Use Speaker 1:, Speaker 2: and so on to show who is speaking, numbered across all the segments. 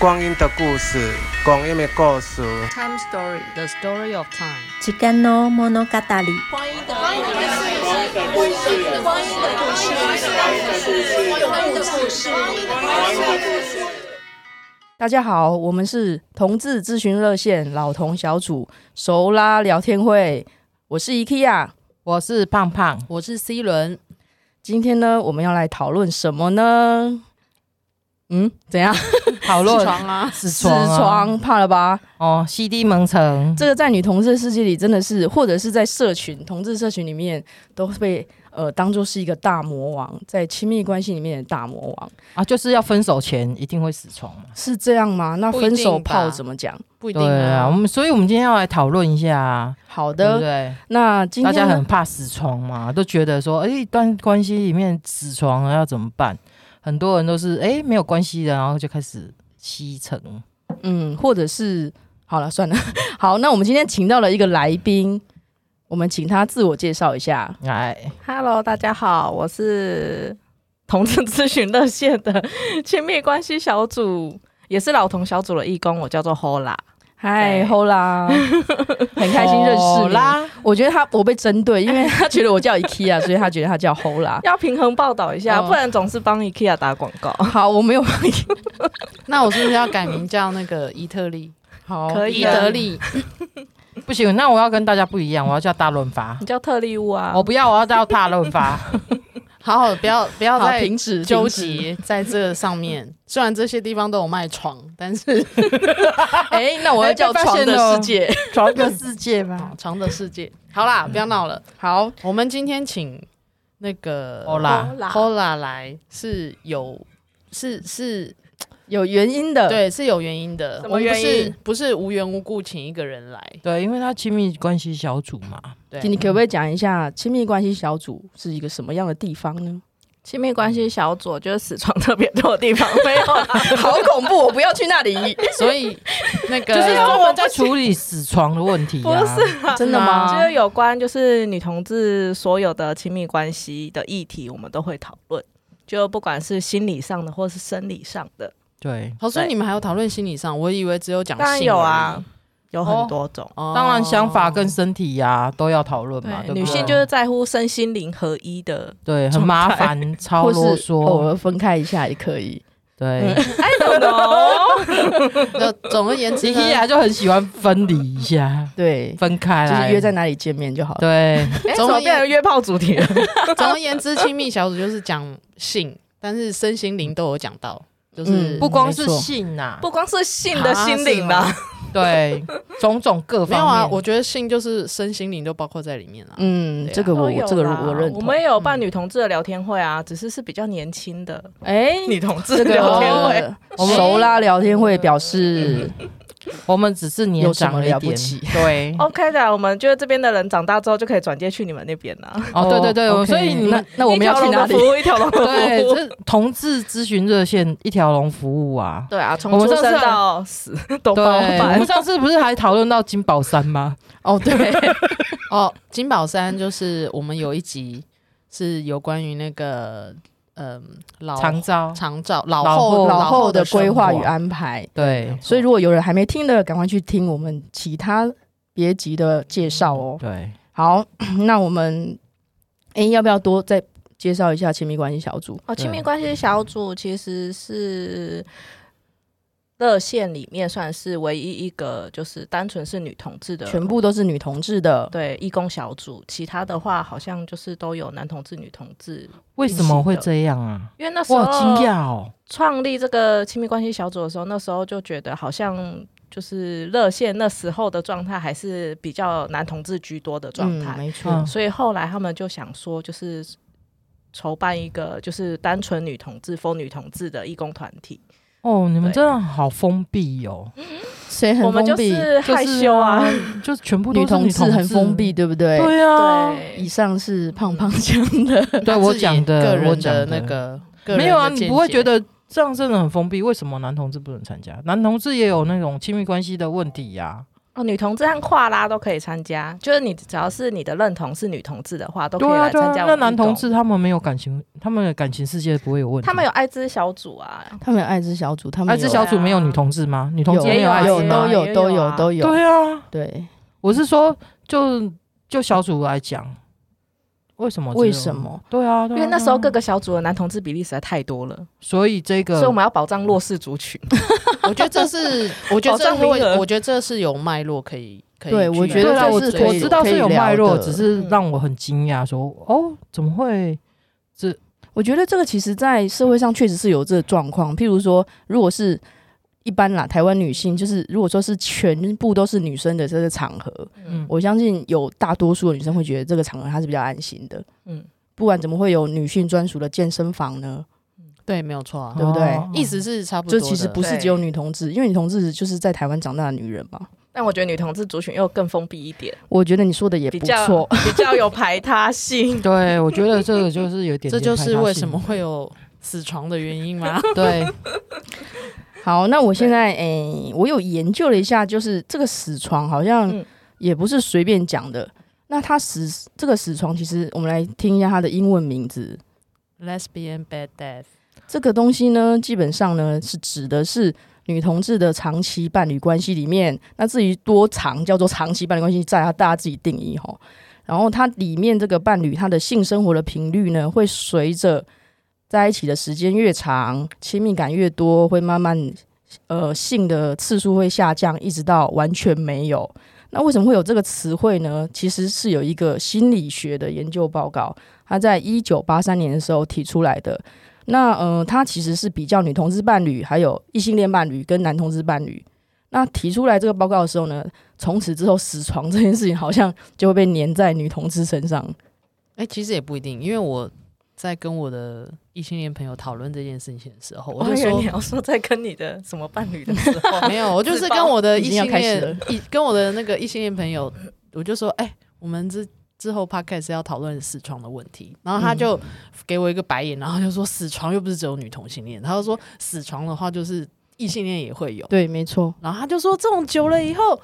Speaker 1: 光阴的故事，光阴的故事。
Speaker 2: Time Story, the story of time.
Speaker 3: 时间の物語。
Speaker 2: 大家好，我们是同志咨询热线老同小组熟拉聊天会，我是 IKEA，
Speaker 4: 我是胖胖，
Speaker 5: 我是 C 轮，
Speaker 2: 今天呢，我们要来讨论什么呢？嗯，怎样？
Speaker 4: 讨论
Speaker 5: 起床 啊，
Speaker 4: 死
Speaker 2: 死
Speaker 4: 床啊
Speaker 2: 床，怕了吧？
Speaker 4: 哦，西地蒙城，
Speaker 2: 这个在女同志世界里真的是，或者是在社群同志社群里面，都被呃当做是一个大魔王，在亲密关系里面的大魔王，
Speaker 4: 啊，就是要分手前一定会死床嘛。
Speaker 2: 是这样吗？那
Speaker 5: 不一定
Speaker 2: 分手炮
Speaker 5: 吧
Speaker 2: 怎么讲？
Speaker 5: 不一定
Speaker 4: 对啊，我
Speaker 5: 啊。
Speaker 4: 们所以我们今天要来讨论一下啊，
Speaker 2: 好
Speaker 4: 对不
Speaker 2: 的，
Speaker 4: 对？
Speaker 2: 那今
Speaker 4: 大
Speaker 2: 天
Speaker 4: 家
Speaker 2: 呢
Speaker 4: 很怕死床嘛，都觉得说，哎，一段关系里面死床了要怎么办？很多人都是哎没有关系的，然后就开始吸尘。
Speaker 2: 嗯，或者是好了，算 了，好，那我们今天请到了一个来宾，我们请他自我介绍一下。
Speaker 4: 哎，
Speaker 6: Hello，大家好，我是同志咨询热线的亲密关系小组，也是老同小组的义工，我叫做 Hola。
Speaker 2: 嗨
Speaker 6: 对
Speaker 2: ，Hola，很开心认识你。
Speaker 4: 啦，
Speaker 2: 我觉得他我被针对，因为他觉得我叫 IKEA，所以他觉得他叫 Hola。
Speaker 6: 要平衡报道一下，
Speaker 2: 哦
Speaker 6: 不然总是帮 IKEA 打广 告。
Speaker 2: 好，我没有
Speaker 5: 那我是不是要改名叫那个伊特利、
Speaker 2: 好，
Speaker 6: 可以
Speaker 5: 伊
Speaker 6: 啊
Speaker 5: 德利？
Speaker 4: 不行，那我要跟大家不一样，我要叫大润发
Speaker 6: 你。叫特利屋啊？
Speaker 4: 我不要，我要叫大润 发。
Speaker 5: 好好，不要不要
Speaker 2: 好
Speaker 5: 再
Speaker 2: 停止
Speaker 5: 纠。
Speaker 2: 停止
Speaker 5: 结在这上面。虽然这些地方都有卖床，但是。
Speaker 2: 哎，那我要叫床的世界。
Speaker 4: 床的世界吧
Speaker 5: 床的世界，好啦，不要闹了。
Speaker 2: 好，
Speaker 5: 我们今天请那个
Speaker 4: 欧啦，
Speaker 6: 哦
Speaker 5: Hola 来是有是是
Speaker 2: 有原因的。，
Speaker 5: 对是有原因的，
Speaker 6: 什么
Speaker 5: 我们不
Speaker 6: 原
Speaker 5: 是
Speaker 6: 因
Speaker 5: 不是无缘无故请一个人来，
Speaker 4: 对，因为他亲密关系小组嘛，
Speaker 5: 对，
Speaker 2: 你可不可以讲一下亲密关系小组是一个什么样的地方呢？
Speaker 6: 亲密关系小组就是死床特别多的地 方，没有啦？
Speaker 2: 好恐怖，我不要去那里。
Speaker 5: 所以那个
Speaker 4: 就是专门在处理死床的问题、
Speaker 6: 不
Speaker 4: 啊。
Speaker 6: 是， 啦，
Speaker 2: 真的
Speaker 5: 吗
Speaker 6: 就是有关就是女同志所有的亲密关系的议题，我们都会讨论，就不管是心理上的或是生理上的，
Speaker 4: 对，
Speaker 5: 好，所以
Speaker 6: 对
Speaker 5: 你们还有讨论心理上，我以为只有讲
Speaker 6: 当然
Speaker 5: 性
Speaker 6: 有
Speaker 5: 而已
Speaker 6: 啊，，有
Speaker 4: 哦
Speaker 6: 很多种。啊
Speaker 5: 哦
Speaker 4: 当然想法跟身体呀、都要讨论嘛。对不对
Speaker 6: 女性就是在乎身心灵合一 的。
Speaker 4: 对，很麻烦，超
Speaker 2: 或
Speaker 4: 啰
Speaker 2: 是偶
Speaker 4: 嗦。
Speaker 2: 尔分开一下也可以。
Speaker 4: 对，
Speaker 6: I don't know，
Speaker 5: 那总而言之
Speaker 4: 吉
Speaker 5: 呢，
Speaker 4: 吉亚就很喜欢分离一下，
Speaker 2: 对，
Speaker 4: 分开
Speaker 2: 就
Speaker 4: 来，
Speaker 2: 是约在哪里见面就好了。
Speaker 4: 对，
Speaker 6: 哎怎
Speaker 5: 总而
Speaker 6: 么
Speaker 5: 言
Speaker 6: 变成约炮主题了？
Speaker 5: 总而言之，亲密小组就是讲性，但是身心灵都有讲到，就是
Speaker 2: 嗯
Speaker 4: 不光是
Speaker 2: 没错
Speaker 4: 性呐、啊，
Speaker 6: 不光是性的心灵
Speaker 5: 啊
Speaker 6: 啦，
Speaker 4: 对，种种各
Speaker 5: 没
Speaker 4: 方面。
Speaker 5: 有啊，我觉得性就是身心灵都包括在里面啊。
Speaker 2: 嗯，
Speaker 5: 对啊
Speaker 2: 这个我
Speaker 6: 都有
Speaker 2: 我这个
Speaker 6: 啦
Speaker 2: 我认
Speaker 6: 我
Speaker 2: 同。嗯
Speaker 6: 们也有办女同志的聊天会啊，只是是比较年轻的
Speaker 2: 哎，
Speaker 6: 女同志
Speaker 2: 这个
Speaker 6: 聊天
Speaker 2: 哦
Speaker 6: 会。哎嗯
Speaker 4: 我们
Speaker 2: 熟啦，聊天会表示
Speaker 4: 我们只是年长了一
Speaker 2: 有什么了不
Speaker 4: 点
Speaker 2: 起，
Speaker 4: 对，
Speaker 6: OK 的，我们觉得这边的人长大之后就可以转接去你们那边啦。
Speaker 4: 哦，对对对，
Speaker 2: OK
Speaker 4: 所以你们
Speaker 2: 那那 我们要去哪
Speaker 6: 一
Speaker 2: 里
Speaker 6: 条龙的？服务一 条龙的
Speaker 4: 对，
Speaker 6: 服务。
Speaker 4: 这同志咨询热线一条龙服务啊。
Speaker 6: 对啊，从
Speaker 4: 我们
Speaker 6: 出
Speaker 4: 上次
Speaker 6: 生
Speaker 4: 还
Speaker 6: 到死 都
Speaker 4: 对，
Speaker 6: 包
Speaker 4: 我
Speaker 6: 办
Speaker 4: 们。上次不是还讨论到金宝山吗？
Speaker 2: 哦，对，
Speaker 5: 哦，金宝山就是我们有一集是有关于那个嗯老
Speaker 4: 长照，
Speaker 5: 长照老
Speaker 4: 老
Speaker 5: 后
Speaker 4: 后
Speaker 2: 老后的
Speaker 5: 生
Speaker 2: 规划
Speaker 5: 活
Speaker 2: 与安排。
Speaker 4: 对
Speaker 2: 所以如果有人还没听的，赶快去听我们其他别集的介绍哦。
Speaker 4: 对，
Speaker 2: 好， 那我们哎、要不要多再介绍一下亲密关系小组？
Speaker 6: 哦，
Speaker 4: 对
Speaker 6: 亲密关系小组其实是热线里面算是唯一一个，就是单纯是女同志的，
Speaker 2: 全部都是女同志的，
Speaker 6: 对义工小组。其他的话好像就是都有男同志、女同志。
Speaker 4: 为什么会这样啊？
Speaker 6: 因为那时
Speaker 4: 我
Speaker 6: 候
Speaker 4: 好惊讶哦，
Speaker 6: 创立这个亲密关系小组的时候，那时候就觉得好像就是热线那时候的状态还是比较男同志居多的状态
Speaker 2: 嗯，，没错。
Speaker 4: 嗯
Speaker 6: 所以后来他们就想说，就是筹办一个就是单纯女同志、非女同志的义工团体。
Speaker 4: 哦，你们
Speaker 6: 对
Speaker 4: 真的好封闭哦，
Speaker 2: 谁
Speaker 6: 我
Speaker 2: 很
Speaker 6: 们
Speaker 2: 封
Speaker 6: 就
Speaker 2: 闭？
Speaker 6: 是害
Speaker 4: 就是
Speaker 6: 羞啊，
Speaker 4: 啊，就全部
Speaker 2: 女
Speaker 4: 都是
Speaker 2: 同
Speaker 4: 女嗯
Speaker 2: 志很封闭，，对不对？
Speaker 4: 对啊，
Speaker 2: 以
Speaker 6: 对，
Speaker 2: 上是胖胖讲的，
Speaker 4: 对
Speaker 5: 他
Speaker 4: 我
Speaker 5: 自己
Speaker 4: 讲
Speaker 5: 个
Speaker 4: 的，我
Speaker 5: 人
Speaker 4: 讲
Speaker 5: 的那个个人
Speaker 4: 没有啊，
Speaker 5: 的
Speaker 4: 你
Speaker 5: 见
Speaker 4: 不会
Speaker 5: 解
Speaker 4: 觉得这样真的很封闭？为什么男同志不能参加？男同志也有那种亲密关系的问题呀、
Speaker 6: 哦，女同志和跨拉都可以参加，就是你只要是你的认同是女同志的话，都可
Speaker 4: 对
Speaker 6: 以
Speaker 4: 啊，
Speaker 6: 来
Speaker 4: 对
Speaker 6: 参
Speaker 4: 啊
Speaker 6: 加。我
Speaker 4: 那
Speaker 6: 们
Speaker 4: 男
Speaker 6: 义工
Speaker 4: 同志他们没有感情，他们的感情世界不会有问题。
Speaker 6: 他们有艾滋小组啊，
Speaker 2: 他们有爱之小组，他们
Speaker 4: 爱之
Speaker 2: 有
Speaker 4: 小组没有女同志吗？女同
Speaker 2: 有
Speaker 4: 志没
Speaker 6: 也有
Speaker 4: 爱
Speaker 6: 啊
Speaker 4: 之
Speaker 2: 有
Speaker 4: 吗
Speaker 2: 都有
Speaker 6: 也
Speaker 2: 都
Speaker 6: 有
Speaker 2: 有
Speaker 6: 啊
Speaker 2: 都有，
Speaker 4: 对啊，
Speaker 2: 对，
Speaker 4: 我是说，就就小组来讲，为什么？
Speaker 2: 为什？么？
Speaker 4: 对啊，对
Speaker 6: 因
Speaker 4: 啊
Speaker 6: 为那时候
Speaker 4: 对
Speaker 6: 各
Speaker 4: 啊
Speaker 6: 个小组的男同志比例实在太多了，
Speaker 4: 所以这
Speaker 6: 所以我
Speaker 4: 个
Speaker 6: 们要保障弱势族 群。
Speaker 5: 我觉得这是，我觉得这
Speaker 6: 保障名额
Speaker 5: 会，我觉得这是有脉络可以，可以
Speaker 2: 对我
Speaker 5: 去
Speaker 2: 觉得
Speaker 4: 对啊，
Speaker 2: 这
Speaker 4: 我
Speaker 2: 是
Speaker 4: 知
Speaker 2: 可以
Speaker 4: 我知道
Speaker 2: 可以
Speaker 4: 是有脉
Speaker 2: 聊
Speaker 4: 络，
Speaker 2: 的
Speaker 4: 只是让我很惊讶，说哦，怎么会？
Speaker 2: 我觉得这个其实，在社会上确实是有这个状况。譬如说，如果是一般啦，台湾女性就是如果说是全部都是女生的这个场合，
Speaker 4: 嗯
Speaker 2: 我相信有大多数的女生会觉得这个场合她是比较安心的。
Speaker 6: 嗯，
Speaker 2: 不然怎么会有女性专属的健身房呢？
Speaker 5: 对，没有错啊
Speaker 2: 对，不对
Speaker 4: 哦。
Speaker 5: 意思是差不多
Speaker 2: 就
Speaker 5: 的。
Speaker 2: 其实不是只有女同志，因为女同志就是在台湾长大的女人嘛。
Speaker 6: 但我觉得女同志族群又更封闭一 点，
Speaker 2: 我觉得你说的也
Speaker 6: 比
Speaker 2: 不
Speaker 6: 较
Speaker 2: 错，
Speaker 6: 比较有排他性
Speaker 4: 对，我觉得这个就是有点，
Speaker 5: 这就是为什么。会有死床的原因吗？
Speaker 4: 对，
Speaker 2: 好，那我现在诶、我有研究了一下，就是这个死床好像
Speaker 6: 嗯
Speaker 2: 也不是随便讲的。那它死这个死床，其实我们来听一下它的英文名字。
Speaker 5: Lesbian bad death，
Speaker 2: 这个东西呢，基本上呢是指的是女同志的长期伴侣关系里面。那至于多长，叫做长期伴侣关系，在大家自己定义哈。然后它里面这个伴侣，他的性生活的频率呢，会随着在一起的时间越长，亲密感越多，会慢慢呃性的次数会下降，一直到完全没有。那为什么会有这个词汇呢？其实是有一个心理学的研究报告，他在一九八三年的时候提出来的。那呃，他其实是比较女同志伴侣、还有异性恋伴侣跟男同志伴侣。那提出来这个报告的时候呢，从此之后死床这件事情好像就会被粘在女同志身上。
Speaker 5: 哎、其实也不一定，因为我在跟我的异性恋朋友讨论这件事情的时候，我就
Speaker 6: 以为
Speaker 5: 说，
Speaker 6: 你要说 在跟你的什么伴侣的时候
Speaker 5: 没有，我就是
Speaker 6: 自爆
Speaker 5: 跟我的
Speaker 2: 已
Speaker 5: 异
Speaker 2: 经要
Speaker 5: 性
Speaker 2: 开始
Speaker 5: 恋异跟我的那个异性恋朋友，我就说，哎、我们之之后 podcast 要讨论死床的问题，然后他就给我一个白眼，然后就说死床又不是只有女同性恋，他就说死床的话就是异性恋也会有，
Speaker 2: 对，没错，
Speaker 5: 然后他就说这种久了以后。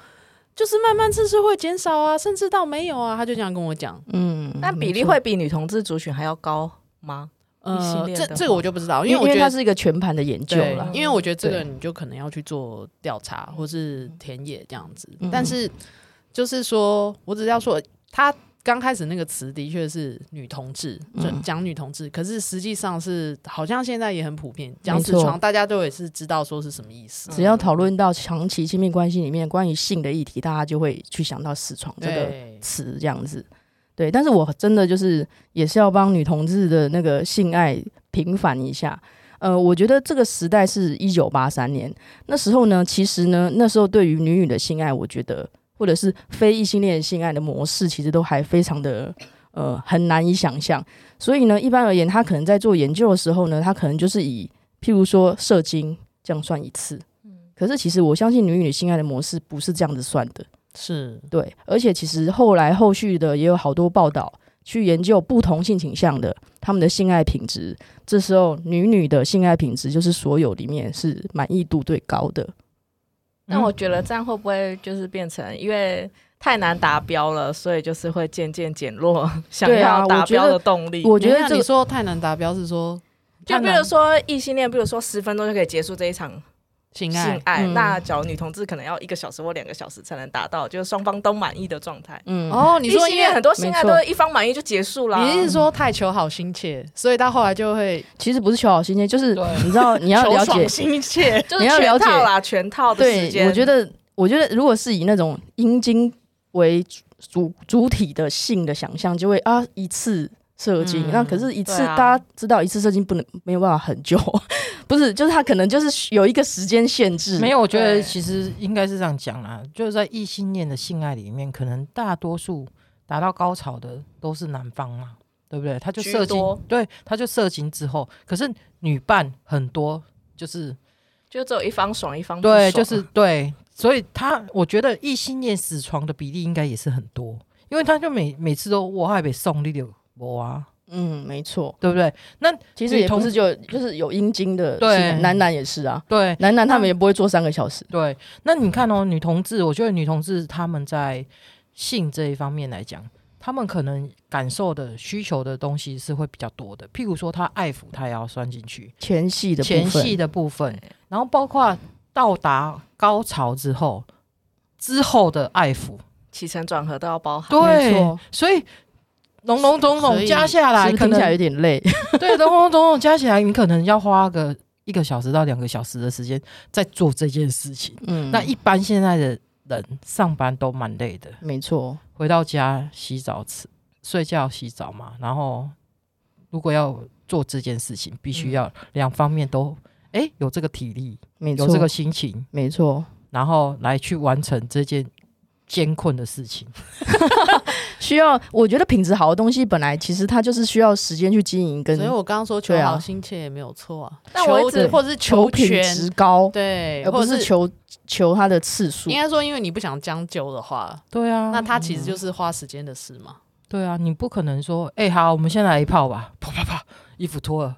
Speaker 5: 就是慢慢次数会减少啊，甚至到没有啊，他就这样跟我讲。
Speaker 2: 嗯，
Speaker 6: 那比
Speaker 2: 没
Speaker 6: 例
Speaker 2: 错
Speaker 6: 会比女同志族群还要高吗？异性
Speaker 5: 呃，
Speaker 6: 恋
Speaker 5: 这
Speaker 6: 的
Speaker 5: 这个
Speaker 6: 话
Speaker 5: 我就不知道，因
Speaker 2: 因
Speaker 5: 为
Speaker 2: 为
Speaker 5: 我
Speaker 2: 因为
Speaker 5: 觉得
Speaker 2: 它是一个全盘的研究
Speaker 5: 对
Speaker 2: 啦，。
Speaker 5: 因为我觉得这个
Speaker 2: 对
Speaker 5: 你就可能要去做调查或是田野这样子。
Speaker 2: 嗯
Speaker 5: 但是就是说，我只是要说，他刚开始那个词的确是女同志，就
Speaker 2: 嗯
Speaker 5: 讲女同志，可是实际上是好像现在也很普遍，讲
Speaker 2: 没
Speaker 5: 死
Speaker 2: 错
Speaker 5: 床大家都也是知道说是什么意思。
Speaker 2: 只要讨论到长期亲密关系里面关于性的议题，大家就会去想到死床这个
Speaker 5: 对，
Speaker 2: 词这样子。对，但是我真的就是也是要帮女同志的那个性爱平反一下。呃，我觉得这个时代是一九八三年，那时候呢，其实呢，那时候对于女女的性爱，我觉得或者是非异性恋性爱的模式，其实都还非常的呃很难以想象。所以呢，一般而言，他可能在做研究的时候呢，他可能就是以譬如说射精这样算一次。可是其实我相信女女性爱的模式不是这样子算的。
Speaker 5: 是
Speaker 2: 对，而且其实后来后续的也有好多报道去研究不同性倾向的他们的性爱品质。这时候女女的性爱品质就是所有里面是满意度最高的。嗯
Speaker 6: 那我觉得这样会不会就是变成因为太难达标了，所以就是会渐渐减弱 想
Speaker 2: 对啊
Speaker 6: 要达标的动力？
Speaker 2: 我觉
Speaker 5: 等一
Speaker 2: 得
Speaker 5: 下
Speaker 2: 这
Speaker 5: 啊你
Speaker 2: 个
Speaker 5: 说太难达标是说
Speaker 6: 就
Speaker 5: 太
Speaker 6: 比
Speaker 5: 难
Speaker 6: 如说异性恋，比如说十分钟就可以结束这一场
Speaker 5: 性
Speaker 6: 性
Speaker 5: 爱。
Speaker 6: 爱，
Speaker 2: 嗯
Speaker 6: 那假如女同志可能要一个小时或两个小时才能达到，就是双方都满意的状态。
Speaker 2: 嗯，
Speaker 5: 哦，你说
Speaker 6: 异性
Speaker 5: 因
Speaker 6: 恋
Speaker 5: 为
Speaker 6: 很多性爱
Speaker 2: 没错
Speaker 6: 都是一方满意就结束啦。
Speaker 5: 你是说太求好心切，所以到后来就会
Speaker 2: 其实不是求好心切，就是
Speaker 5: 对
Speaker 2: 你知道你要了
Speaker 5: 求
Speaker 2: 解
Speaker 5: 爽，心切。
Speaker 6: 就是
Speaker 2: 你要了
Speaker 6: 全
Speaker 2: 解
Speaker 6: 套啦，全
Speaker 4: 哦
Speaker 6: 套的
Speaker 2: 对
Speaker 6: 时间。，
Speaker 2: 我觉得我觉得如果是以那种阴茎为主主主体的性的想象，就会啊一次。射精，
Speaker 5: 嗯
Speaker 2: 那可是一次，
Speaker 6: 对啊
Speaker 2: 大家知道一次射精不能没有办法很久， 不是，就是它可能就是有一个时间限制，
Speaker 4: 没有，我觉得
Speaker 6: 对
Speaker 4: 其实应该是这样讲啦，就是在异性恋的性爱里面，可能大多数达到高潮的都是男方嘛，对不对？他就
Speaker 6: 居
Speaker 4: 射精
Speaker 6: 多，
Speaker 4: 对，他就射精之后，可是女伴很多，就是
Speaker 6: 就只有一方爽，一啊方不爽
Speaker 4: 对，就是对，所以他我觉得异性恋死床的比例应该也是很多，因为他就每每次都我还被送你有我啊，
Speaker 2: 嗯，没错。
Speaker 4: 对不对？那
Speaker 2: 其实也不
Speaker 4: 同
Speaker 2: 是就就是有阴茎的，
Speaker 4: 对
Speaker 2: 是男男也是啊，
Speaker 4: 对
Speaker 2: 男男他们也不会做三个小时。
Speaker 4: 对，那你看哦，女同志，我觉得女同志她们在性这一方面来讲，她们可能感受的需求的东西是会比较多的，譬如说她爱抚，她也要算进去
Speaker 2: 前戏的部
Speaker 4: 前
Speaker 2: 分
Speaker 4: 戏的部分，然后包括到达高潮之后之后的爱抚，
Speaker 6: 起承转合都要包含。
Speaker 2: 没
Speaker 4: 对
Speaker 2: 错，
Speaker 4: 所以。笼笼总
Speaker 5: 所
Speaker 4: 总
Speaker 5: 以
Speaker 4: 加下来，
Speaker 2: 是不是
Speaker 4: 啊可
Speaker 2: 听起来
Speaker 4: 能
Speaker 2: 有点累？
Speaker 4: 对，笼笼总总加起来，你可能要花个一个小时到两个小时的时间在做这件事情。
Speaker 2: 嗯，
Speaker 4: 那一般现在的人上班都蛮累的，
Speaker 2: 没错，
Speaker 4: 回到家洗澡、吃、睡觉、洗澡嘛。然后如果要做这件事情，必须要两方面都哎、诶有这个体力，
Speaker 2: 没错，
Speaker 4: 有这个心情，
Speaker 2: 没错，
Speaker 4: 然后来去完成这件艰困的事情。
Speaker 2: 需要。我觉得品质好的东西，本来其实它就是需要时间去经营跟
Speaker 5: 所以我刚刚说求
Speaker 2: 对啊
Speaker 5: 好心切也没有错啊，
Speaker 6: 但我
Speaker 5: 求
Speaker 6: 一直
Speaker 5: 或者是
Speaker 2: 求品
Speaker 5: 全，
Speaker 2: 质高，
Speaker 5: 对，
Speaker 2: 而
Speaker 5: 或
Speaker 2: 不
Speaker 5: 者
Speaker 2: 是求求它的次数
Speaker 5: 应。该说，因为你不想将就的话，
Speaker 4: 对
Speaker 6: 嗯
Speaker 4: 啊，
Speaker 5: 那它其实就是花时间的事嘛。
Speaker 4: 对啊，你不可能说哎、好，我们先来一炮吧，啪啪啪，衣服脱了。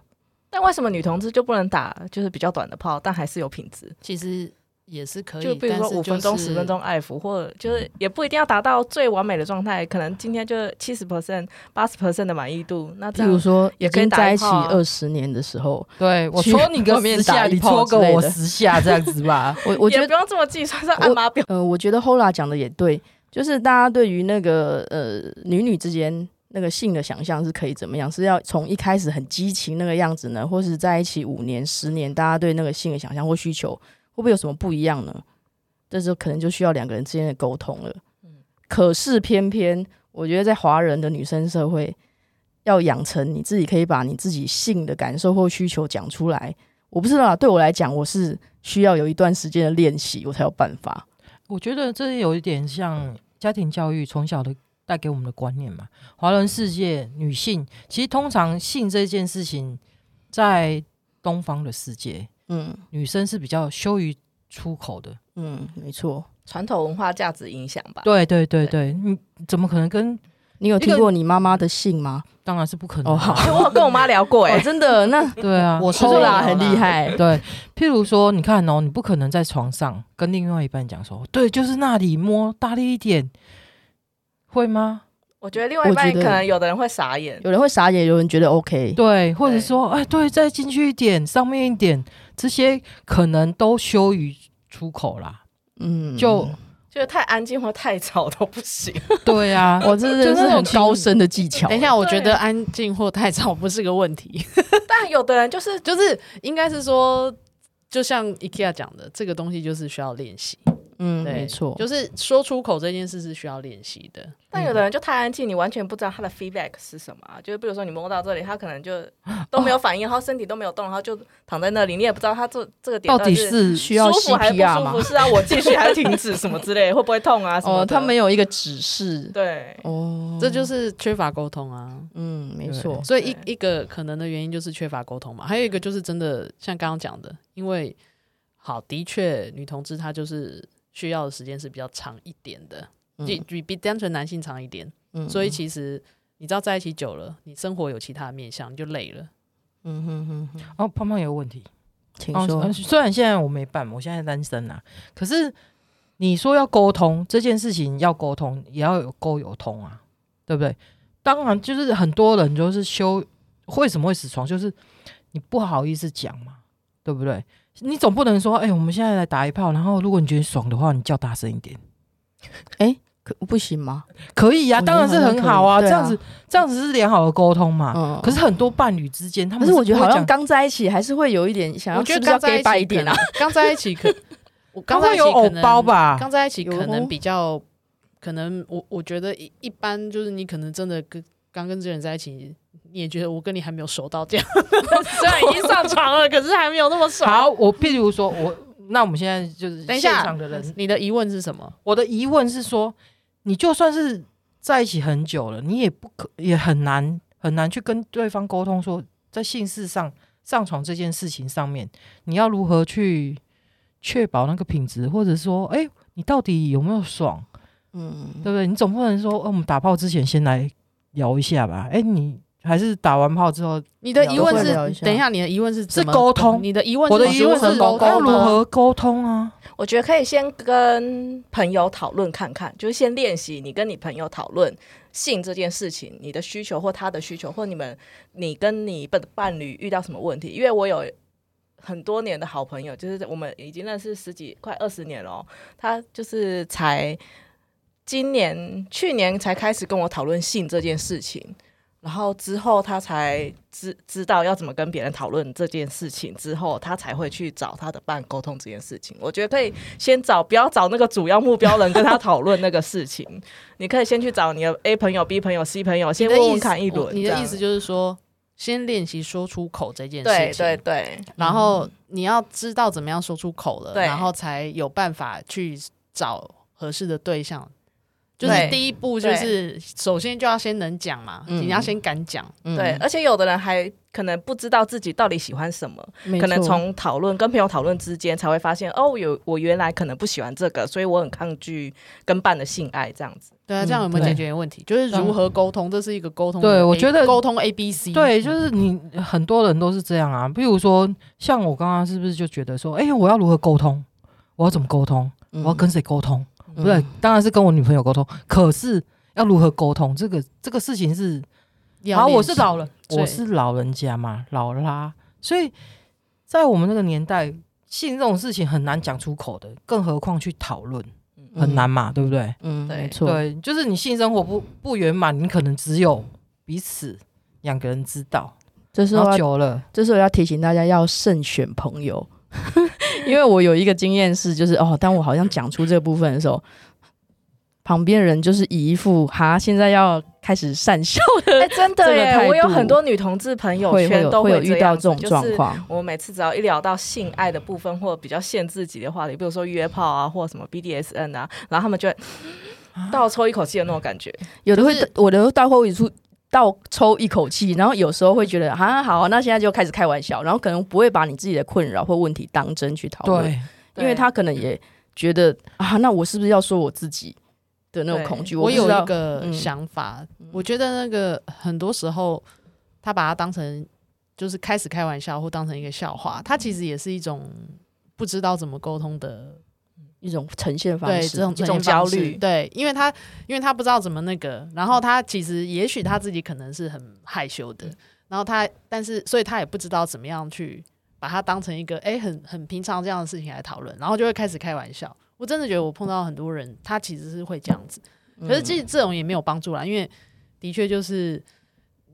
Speaker 6: 但为什么女同志就不能打就是比较短的炮，但还是有品质？
Speaker 5: 其实也是可以，
Speaker 6: 就比如
Speaker 5: 但
Speaker 6: 说
Speaker 5: 是
Speaker 6: 五分钟、
Speaker 5: 就
Speaker 6: 十、
Speaker 5: 是
Speaker 6: 分钟爱抚，或者就是也不一定要达到最完美的状态，可能今天就七十 percent、八十 percent 的满意度。那这
Speaker 2: 譬如
Speaker 6: 样
Speaker 2: 说，已
Speaker 6: 也可以
Speaker 2: 经
Speaker 6: 打
Speaker 2: 在
Speaker 6: 一
Speaker 2: 一起
Speaker 6: 炮啊
Speaker 2: 二十年的时候，
Speaker 4: 对我
Speaker 2: 去
Speaker 4: 戳你个
Speaker 2: 外面
Speaker 4: 十
Speaker 2: 打
Speaker 4: 下，
Speaker 2: 一
Speaker 4: 你
Speaker 2: 炮
Speaker 4: 戳
Speaker 2: 之
Speaker 4: 个
Speaker 2: 类
Speaker 4: 我
Speaker 2: 的
Speaker 4: 十下，这样子吧。
Speaker 2: 我我觉
Speaker 6: 也
Speaker 2: 得
Speaker 6: 不用这么计算，是按码表。
Speaker 2: 呃，我觉得 Hola 讲的也对，就是大家对于那个呃女女之间那个性的想象是可以怎么样？是要从一开始很激情那个样子呢，或是在一起五年、十年，大家对那个性的想象或需求会不会有什么不一样呢？这时候可能就需要两个人之间的沟通了。可是偏偏我觉得在华人的女生社会，要养成你自己可以把你自己性的感受或需求讲出来。我不知道啦，对我来讲，我是需要有一段时间的练习，我才有办法。
Speaker 4: 我觉得这有一点像家庭教育从小的带给我们的观念嘛。华人世界女性其实通常性这件事情，在东方的世界，
Speaker 2: 嗯，
Speaker 4: 女生是比较羞于出口的。
Speaker 2: 嗯，没错。
Speaker 6: 传统文化价值影响吧。
Speaker 4: 对对对对，你怎么可能跟？
Speaker 2: 你有
Speaker 4: 个
Speaker 2: 听过你妈妈的姓吗？
Speaker 4: 当然是不可能。啊
Speaker 2: 哦好
Speaker 6: 因为我有跟我妈 聊过、欸，
Speaker 2: 哦，真的，那
Speaker 4: 对啊，
Speaker 5: 我是
Speaker 2: 偷啦，
Speaker 5: 没有
Speaker 2: 很
Speaker 5: 啦
Speaker 2: 厉害。
Speaker 4: 对，譬如说，你看哦，你不可能在床上跟另外一半讲说，对，就是那里摸大力一点，会吗？
Speaker 6: 我觉得另外一半
Speaker 2: 我觉
Speaker 6: 可
Speaker 2: 得
Speaker 6: 能有的人会傻眼，
Speaker 2: 有人会傻眼，有人觉得 OK。
Speaker 4: 对，或者
Speaker 6: 对
Speaker 4: 说，哎，对，再进去一点，上面一点，这些可能都羞于出口啦。
Speaker 2: 嗯，
Speaker 4: 就、
Speaker 6: 就是太安静或太吵都不行。
Speaker 4: 对啊，
Speaker 2: 我这真
Speaker 4: 就那
Speaker 2: 是
Speaker 4: 种
Speaker 2: 很
Speaker 4: 情
Speaker 2: 高深的技巧。
Speaker 5: 等一，下，我
Speaker 6: 对
Speaker 5: 觉得安静或太吵不是个问题，
Speaker 6: 但有的人 就是
Speaker 5: 就是应该是说，就像 IKEA 讲的，这个东西就是需要练习。
Speaker 2: 嗯，
Speaker 5: 对，
Speaker 2: 没错。
Speaker 5: 就是说出口这件事是需要练习的。
Speaker 6: 但有的人就太安静，你完全不知道他的 feedback 是什么、啊。就是比如说你摸到这里，他可能 就都没有反应，然后身体都没有动，然后就躺在那里，你也不知道他这这个点
Speaker 4: 到底
Speaker 6: 是
Speaker 4: 是
Speaker 2: 需要
Speaker 6: 舒服还是不
Speaker 2: CPR
Speaker 6: 舒
Speaker 2: 吗
Speaker 6: 服？？是啊，我继续还是停止什么之类，会不会痛啊？什么
Speaker 2: 哦，
Speaker 6: 的
Speaker 2: 他没有一个指示。
Speaker 6: 对，
Speaker 2: 哦，
Speaker 6: 嗯
Speaker 5: 这就是缺乏沟通啊。
Speaker 2: 嗯，没错。
Speaker 5: 所以一
Speaker 6: 对
Speaker 5: 一个可能的原因就是缺乏沟通嘛，还有一个就是真的像刚刚讲的，因为好的确女同志她就是需要的时间是比较长一点的，比
Speaker 2: 嗯
Speaker 5: 比比单纯男性长一点，
Speaker 2: 嗯
Speaker 5: 所以其实你知道在一起久了，你生活有其他的面向，你就累了。
Speaker 2: 嗯哼哼哼，
Speaker 4: 哦，胖胖有个问题。
Speaker 2: 请
Speaker 4: 哦
Speaker 2: 说
Speaker 4: 呃。虽然现在我没办，我现在单身啊，可是你说要沟通这件事情，要沟通也要有沟有通啊，对不对？当然，就是很多人就是羞，为什么会死床？就是你不好意思讲嘛，对不对？你总不能说，哎、我们现在来打一炮，然后如果你觉得爽的话，你叫大声一点，
Speaker 2: 可嗯不行吗？
Speaker 4: 可以啊，
Speaker 2: 我觉得
Speaker 4: 当然是很好啊，
Speaker 2: 好像可以
Speaker 4: 这
Speaker 2: 对啊
Speaker 4: 样子这样子是良好的沟通嘛。
Speaker 2: 嗯
Speaker 4: 可是很多伴侣之间，他
Speaker 2: 可
Speaker 4: 们
Speaker 2: 是我觉得
Speaker 4: 不会
Speaker 2: 好像
Speaker 4: 讲
Speaker 2: 刚在一起还是会有一点想要，
Speaker 5: 我觉
Speaker 2: 是不
Speaker 5: 得
Speaker 2: 是
Speaker 5: 刚
Speaker 2: 要
Speaker 5: 在
Speaker 2: gay 白一
Speaker 5: 一起
Speaker 2: 点啊
Speaker 5: 可。能，刚在一 起可我刚
Speaker 4: 刚
Speaker 5: 在
Speaker 4: 会
Speaker 5: 一
Speaker 4: 有
Speaker 5: 起
Speaker 4: 偶
Speaker 5: 可
Speaker 4: 包
Speaker 5: 能
Speaker 4: 吧？
Speaker 5: 刚在一起可
Speaker 2: 有
Speaker 5: 能比较，可能我我觉得一一般就是你可能真的跟刚跟这个人在一起，你也觉得我跟你还没有熟到这样，虽然已经上床了，可是还没有那么熟。
Speaker 4: 好，我譬如说，我那我们现在就是
Speaker 5: 等一
Speaker 4: 现
Speaker 5: 下
Speaker 4: 场的人，
Speaker 5: 你的疑问是什么？
Speaker 4: 我的疑问是说，你就算是在一起很久了，你也不可也很难很难去跟对方沟通说，在性事上上床这件事情上面，你要如何去确保那个品质，或者说，哎、你到底有没有爽，
Speaker 2: 嗯
Speaker 4: 对不对？你总不能说，哦，我们打炮之前先来聊一下吧，哎、你还是打完炮之后，
Speaker 5: 你的疑问
Speaker 2: 都会
Speaker 5: 是
Speaker 2: 聊一下，
Speaker 5: 等一下，你的疑问是怎么
Speaker 4: 是沟通
Speaker 5: 你的疑问是
Speaker 4: 我的
Speaker 5: 怎么
Speaker 4: 疑问
Speaker 5: 如
Speaker 4: 是
Speaker 5: 何沟
Speaker 4: 要
Speaker 5: 通
Speaker 4: 如何沟通啊？
Speaker 6: 我觉得可以先跟朋友讨论看看，就是先练习你跟你朋友讨论性这件事情，你的需求或他的需求，或你们你跟你的伴侣遇到什么问题。因为我有很多年的好朋友，就是我们已经认识十几快二十年了哦、他就是才今年去年才开始跟我讨论性这件事情。然后之后他才知知道要怎么跟别人讨论这件事情，之后他才会去找他的伴沟通这件事情。我觉得可以先找，不要找那个主要目标人跟他讨论那个事情，你可以先去找你的 A 朋友、B 朋友、C 朋友，
Speaker 5: 你
Speaker 6: 先
Speaker 5: 的
Speaker 6: 问
Speaker 5: 意
Speaker 6: 问
Speaker 5: 思
Speaker 6: 看一
Speaker 5: 我
Speaker 6: 轮。
Speaker 5: 你
Speaker 6: 这
Speaker 5: 的
Speaker 6: 样
Speaker 5: 意思就是说，先练习说出口这件
Speaker 6: 对
Speaker 5: 事情，
Speaker 6: 对嗯对
Speaker 5: 然后你要知道怎么样说出口了，
Speaker 6: 对
Speaker 5: 然后才有办法去找合适的对象。就是
Speaker 6: 对
Speaker 5: 第一步，就是首先就要先能讲嘛，
Speaker 2: 嗯
Speaker 5: 你要先敢讲。
Speaker 2: 嗯
Speaker 6: 对，，而且有的人还可能不知道自己到底喜欢什么，
Speaker 2: 没
Speaker 6: 可能
Speaker 2: 错
Speaker 6: 从讨论跟朋友讨论之间才会发现，哦，有我原来可能不喜欢这个，所以我很抗拒跟伴的性爱这样子。
Speaker 5: 对啊，这样有没有
Speaker 4: 对
Speaker 5: 解决问题？就是如何沟通，这是一个沟通的 A。
Speaker 4: 对我觉得
Speaker 5: 沟通 A B C。
Speaker 4: 对，就是你很多人都是这样啊。比如说，像我刚刚是不是就觉得说，哎、我要如何沟通？我要怎么沟通？
Speaker 2: 嗯
Speaker 4: 我要跟谁沟通？
Speaker 2: 嗯
Speaker 4: 对，当然是跟我女朋友沟通。可是要如何沟通？这个这个事情是，
Speaker 5: 要
Speaker 4: 然后我
Speaker 5: 练
Speaker 4: 是
Speaker 5: 习
Speaker 4: 老人，
Speaker 5: 对
Speaker 4: 我是老人家嘛，老啦，所以在我们那个年代，性这种事情很难讲出口的，更何况去讨论，很难，嘛，对不对？
Speaker 2: 嗯，
Speaker 6: 对
Speaker 2: 没错，
Speaker 4: 对，就是你性生活不不圆满，你可能只有彼此两个人知道，
Speaker 2: 这时
Speaker 4: 然
Speaker 2: 候
Speaker 4: 后
Speaker 2: 要
Speaker 4: 久了。
Speaker 2: 这时候要提醒大家要慎选朋友， 因为我有一个经验是，就是哦，当我好像讲出这部分的时候，旁边人就是以一副哈，现在要开始善笑
Speaker 6: 哎、真
Speaker 2: 这
Speaker 6: 的
Speaker 2: 个
Speaker 6: 耶
Speaker 2: 态！
Speaker 6: 我有
Speaker 2: 度
Speaker 6: 很多女同志朋友
Speaker 2: 会会
Speaker 6: 圈
Speaker 2: 有
Speaker 6: 都
Speaker 2: 会有
Speaker 6: 这样
Speaker 2: 遇到
Speaker 6: 子
Speaker 2: 这种状。
Speaker 6: 就是
Speaker 2: 况，
Speaker 6: 我每次只要一聊到性爱的部分，或比较限制级的话题，比如说约炮啊，或什么 BDSN 啊，然后他们就会倒抽一口气的那种感觉。
Speaker 2: 有的会
Speaker 5: 就是
Speaker 2: 我的会倒抽一出倒抽一口气，然后有时候会觉得啊好，那现在就开始开玩笑，然后可能不会把你自己的困扰或问题当真去讨论，
Speaker 4: 对，
Speaker 2: 因为他可能也觉得啊，那我是不是要说我自己的那种
Speaker 6: 对
Speaker 2: 恐惧？
Speaker 5: 我
Speaker 2: 不知
Speaker 5: 有
Speaker 2: 道
Speaker 5: 一个
Speaker 2: 嗯
Speaker 5: 想法，我觉得那个很多时候他把它当成就是开始开玩笑或当成一个笑话，它其实也是一种不知道怎么沟通的
Speaker 2: 一种呈现方
Speaker 5: 对
Speaker 2: 式，
Speaker 5: 这种
Speaker 6: 一种
Speaker 5: 呈现方
Speaker 6: 焦虑
Speaker 5: 式对，因为他因为他不知道怎么那个，然后他其实也许他自己可能是很害羞的，然后他但是所以他也不知道怎么样去把它当成一个哎、诶很很平常这样的事情来讨论，然后就会开始开玩笑。我真的觉得我碰到很多人，他其实是会这样子，可
Speaker 2: 嗯
Speaker 5: 是这这种也没有帮助啦，因为的确就是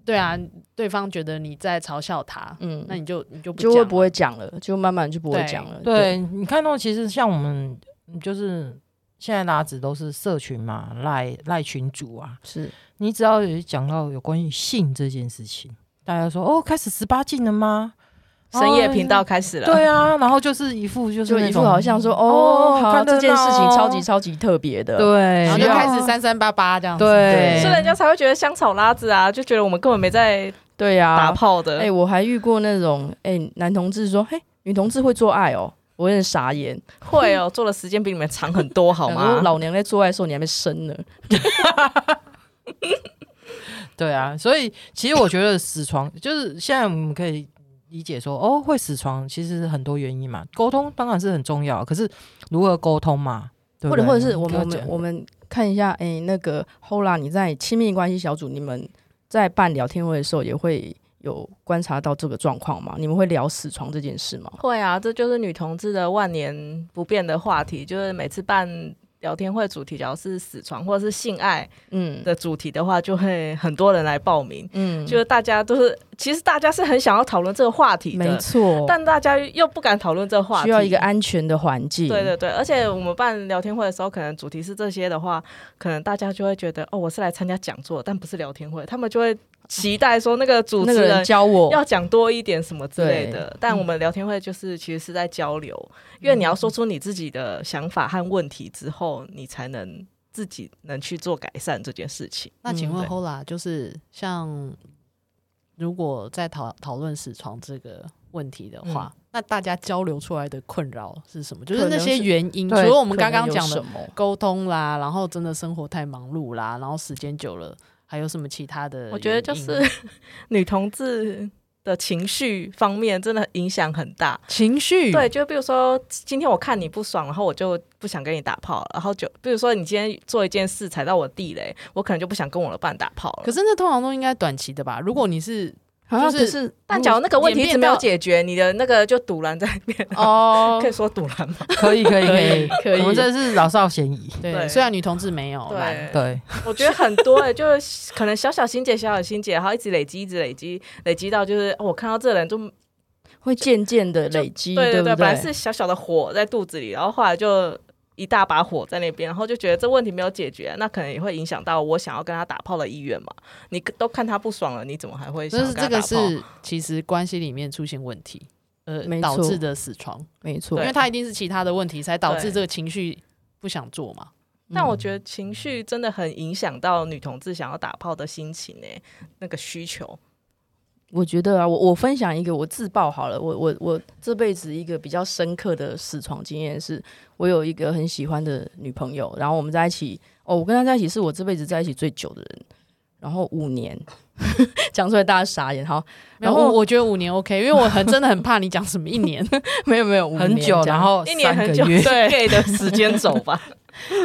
Speaker 5: 对啊，对方觉得你在嘲笑他，
Speaker 2: 嗯
Speaker 5: 那你就你就不
Speaker 2: 就会
Speaker 5: 讲
Speaker 2: 不
Speaker 5: 了
Speaker 2: 会讲了，就慢慢就不会
Speaker 5: 对
Speaker 2: 讲了。
Speaker 4: 对，你看到其实像我们就是现在大家只都是社群嘛，赖赖群主啊，
Speaker 2: 是
Speaker 4: 你只要有讲到有关于性这件事情，大家说哦，开始十八禁了吗？
Speaker 6: 深夜频道
Speaker 4: 哦
Speaker 6: 开始了，
Speaker 4: 对啊，然后就是一副就是
Speaker 2: 就
Speaker 4: 那
Speaker 2: 一副
Speaker 4: 种
Speaker 2: 好像说哦，
Speaker 4: 哦
Speaker 2: 好，
Speaker 4: 看热
Speaker 2: 这件事情
Speaker 4: 闹哦
Speaker 2: 超级超级特别的，
Speaker 4: 对，
Speaker 5: 然后
Speaker 2: 需
Speaker 5: 就
Speaker 2: 要
Speaker 5: 开始三三八八这样子。嗯
Speaker 4: 对，
Speaker 6: 所以人家才会觉得香草拉子啊，就觉得我们根本没在
Speaker 2: 对呀、
Speaker 6: 打炮的。
Speaker 2: 哎、我还遇过那种哎、男同志说，嘿，女同志会做爱哦，我有点傻眼，
Speaker 6: 会哦，做 的时间比你们长很多，好
Speaker 2: 想说
Speaker 6: 吗？
Speaker 2: 老娘在做爱的时候，你还没生呢，
Speaker 4: 对啊，所以其实我觉得死床就是现在我们可以理解说，哦，会死床其实很多原因嘛，沟通当然是很重要，可是如何沟通嘛，对不
Speaker 2: 或者
Speaker 4: 对
Speaker 2: 或者是我们
Speaker 4: 各
Speaker 2: 我们
Speaker 4: 种
Speaker 2: 我们看一下，哎、那个后啦，你在亲密关系小组，你们在办聊天会的时候，也会有观察到这个状况吗？你们会聊死床这件事吗？
Speaker 6: 会啊，这就是女同志的万年不变的话题，就是每次办聊天会主题，只要是死床或者是性爱
Speaker 2: 嗯
Speaker 6: 的主题的话，就会很多人来报名。
Speaker 2: 嗯，
Speaker 6: 就是大家都是，其实大家是很想要讨论这个话题
Speaker 2: 没
Speaker 6: 的，
Speaker 2: 错，
Speaker 6: 但大家又不敢讨论这个话题，
Speaker 2: 需要一个安全的环境。
Speaker 6: 对对对，而且我们办聊天会的时候，可能主题是这些的话，可能大家就会觉得哦，我是来参加讲座，但不是聊天会，他们就会期待说那个主
Speaker 2: 那
Speaker 6: 持
Speaker 2: 个人
Speaker 6: 人
Speaker 2: 教
Speaker 5: 哦
Speaker 2: 我，
Speaker 6: 要讲多一点什么之类的
Speaker 2: 对。
Speaker 6: 但我们聊天会就是其实是在交流，
Speaker 5: 嗯
Speaker 6: 因为你要说出你自己的想法和问题之后，你才能自己能去做改善这件事情。
Speaker 5: 那请
Speaker 2: 嗯
Speaker 5: 问
Speaker 6: 对
Speaker 5: Hola，就是像如果在讨讨论死床这个问题的话，那大家交流出来的困扰是什么？就是
Speaker 2: 可
Speaker 5: 那
Speaker 2: 能
Speaker 5: 些
Speaker 2: 是
Speaker 5: 原因，除
Speaker 4: 对
Speaker 5: 了我
Speaker 2: 我
Speaker 5: 们刚刚讲的
Speaker 2: 什么？
Speaker 5: 沟通啦，然后真的生活太忙碌啦，然后时间久了还有什么其他的原因？
Speaker 6: 我觉得就是 女同志的情绪方面真的影响很大。
Speaker 5: 情绪，
Speaker 6: 对，，就比如说今天我看你不爽，然后我就不想跟你打炮了，然后就比如说你今天做一件事踩到我地雷，我可能就不想跟我的伴打炮
Speaker 5: 可
Speaker 6: 了。
Speaker 5: 是那通常都应该短期的吧？如果你是
Speaker 2: 啊，
Speaker 5: 就
Speaker 2: 可
Speaker 5: 是
Speaker 2: 是
Speaker 6: 但假如那个问题一直没有
Speaker 5: 演变到
Speaker 6: 解决，你的那个就堵拦在那边，
Speaker 5: 哦
Speaker 6: 可以说堵拦吗？
Speaker 4: 可以可以可以
Speaker 2: 啊
Speaker 5: 可以
Speaker 4: 我们这是老少咸宜。
Speaker 5: 对，
Speaker 6: 对
Speaker 5: 虽然女同志没有，来
Speaker 6: 对，
Speaker 4: 对，
Speaker 6: 我觉得很多哎、就是可能小小心结、小小心结，然后一直累积、一直累积，累积到就是、哦我看到这人就
Speaker 2: 会渐渐的累积，
Speaker 6: 对
Speaker 2: 不
Speaker 6: 对，本来是小小的火在肚子里，然后后来就一大把火在那边，然后就觉得这问题没有解决，那可能也会影响到我想要跟他打炮的意愿嘛。你都看他不爽了，你怎么还会想
Speaker 5: 就
Speaker 6: 要
Speaker 5: 是
Speaker 6: 跟
Speaker 5: 这
Speaker 6: 他
Speaker 5: 个
Speaker 6: 打炮？
Speaker 5: 是其实关系里面出现问题，呃
Speaker 2: 没，
Speaker 5: 导
Speaker 2: 错
Speaker 5: 致的死床，
Speaker 2: 没错
Speaker 5: 因。为他一定是其他的问题才导致
Speaker 6: 对
Speaker 5: 这个情绪不想做嘛。
Speaker 6: 但我
Speaker 2: 得
Speaker 6: 觉得情绪真的很影响到女同志想要打炮的心情诶、那个需求。
Speaker 2: 我觉得啊，我我分享一个我自曝好了，我我我这辈子一个比较深刻的死床经验是，我有一个很喜欢的女朋友，然后我们在一起，哦，我跟她在一起是我这辈子在一起最久的人，然后五年， 讲出来大家傻眼，好，
Speaker 5: 然
Speaker 2: 然
Speaker 5: 后
Speaker 2: 后
Speaker 5: 我觉得五年 OK，因为我很真的很怕你讲什么一年，
Speaker 2: 没有没有，五
Speaker 4: 很
Speaker 2: 年
Speaker 4: 久，
Speaker 2: 这样
Speaker 4: 然后
Speaker 6: 一年
Speaker 4: 哦三
Speaker 6: 很
Speaker 4: 个
Speaker 6: 久
Speaker 4: 月，
Speaker 6: 对 gay 的时间走吧，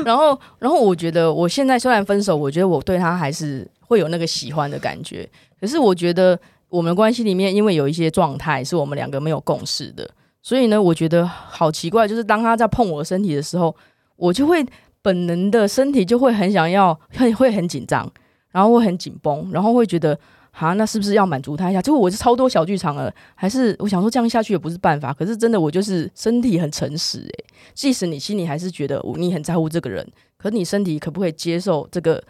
Speaker 2: 然后，然后我觉得我现在虽然分手，我觉得我对他还是会有那个喜欢的感觉。可是我觉得我们关系里面，因为有一些状态是我们两个没有共识的，所以呢，我觉得好奇怪，就是当他在碰我的身体的时候，我就会本能的身体就会很想要，会会很紧张，然后会很紧绷，然后会觉得。啊，那是不是要满足他一下？结果我是超多小剧场了，还是我想说这样下去也不是办法。可是真的，我就是身体很诚实、欸，即使你心里还是觉得我你很在乎这个人，可你身体可不可以接受这个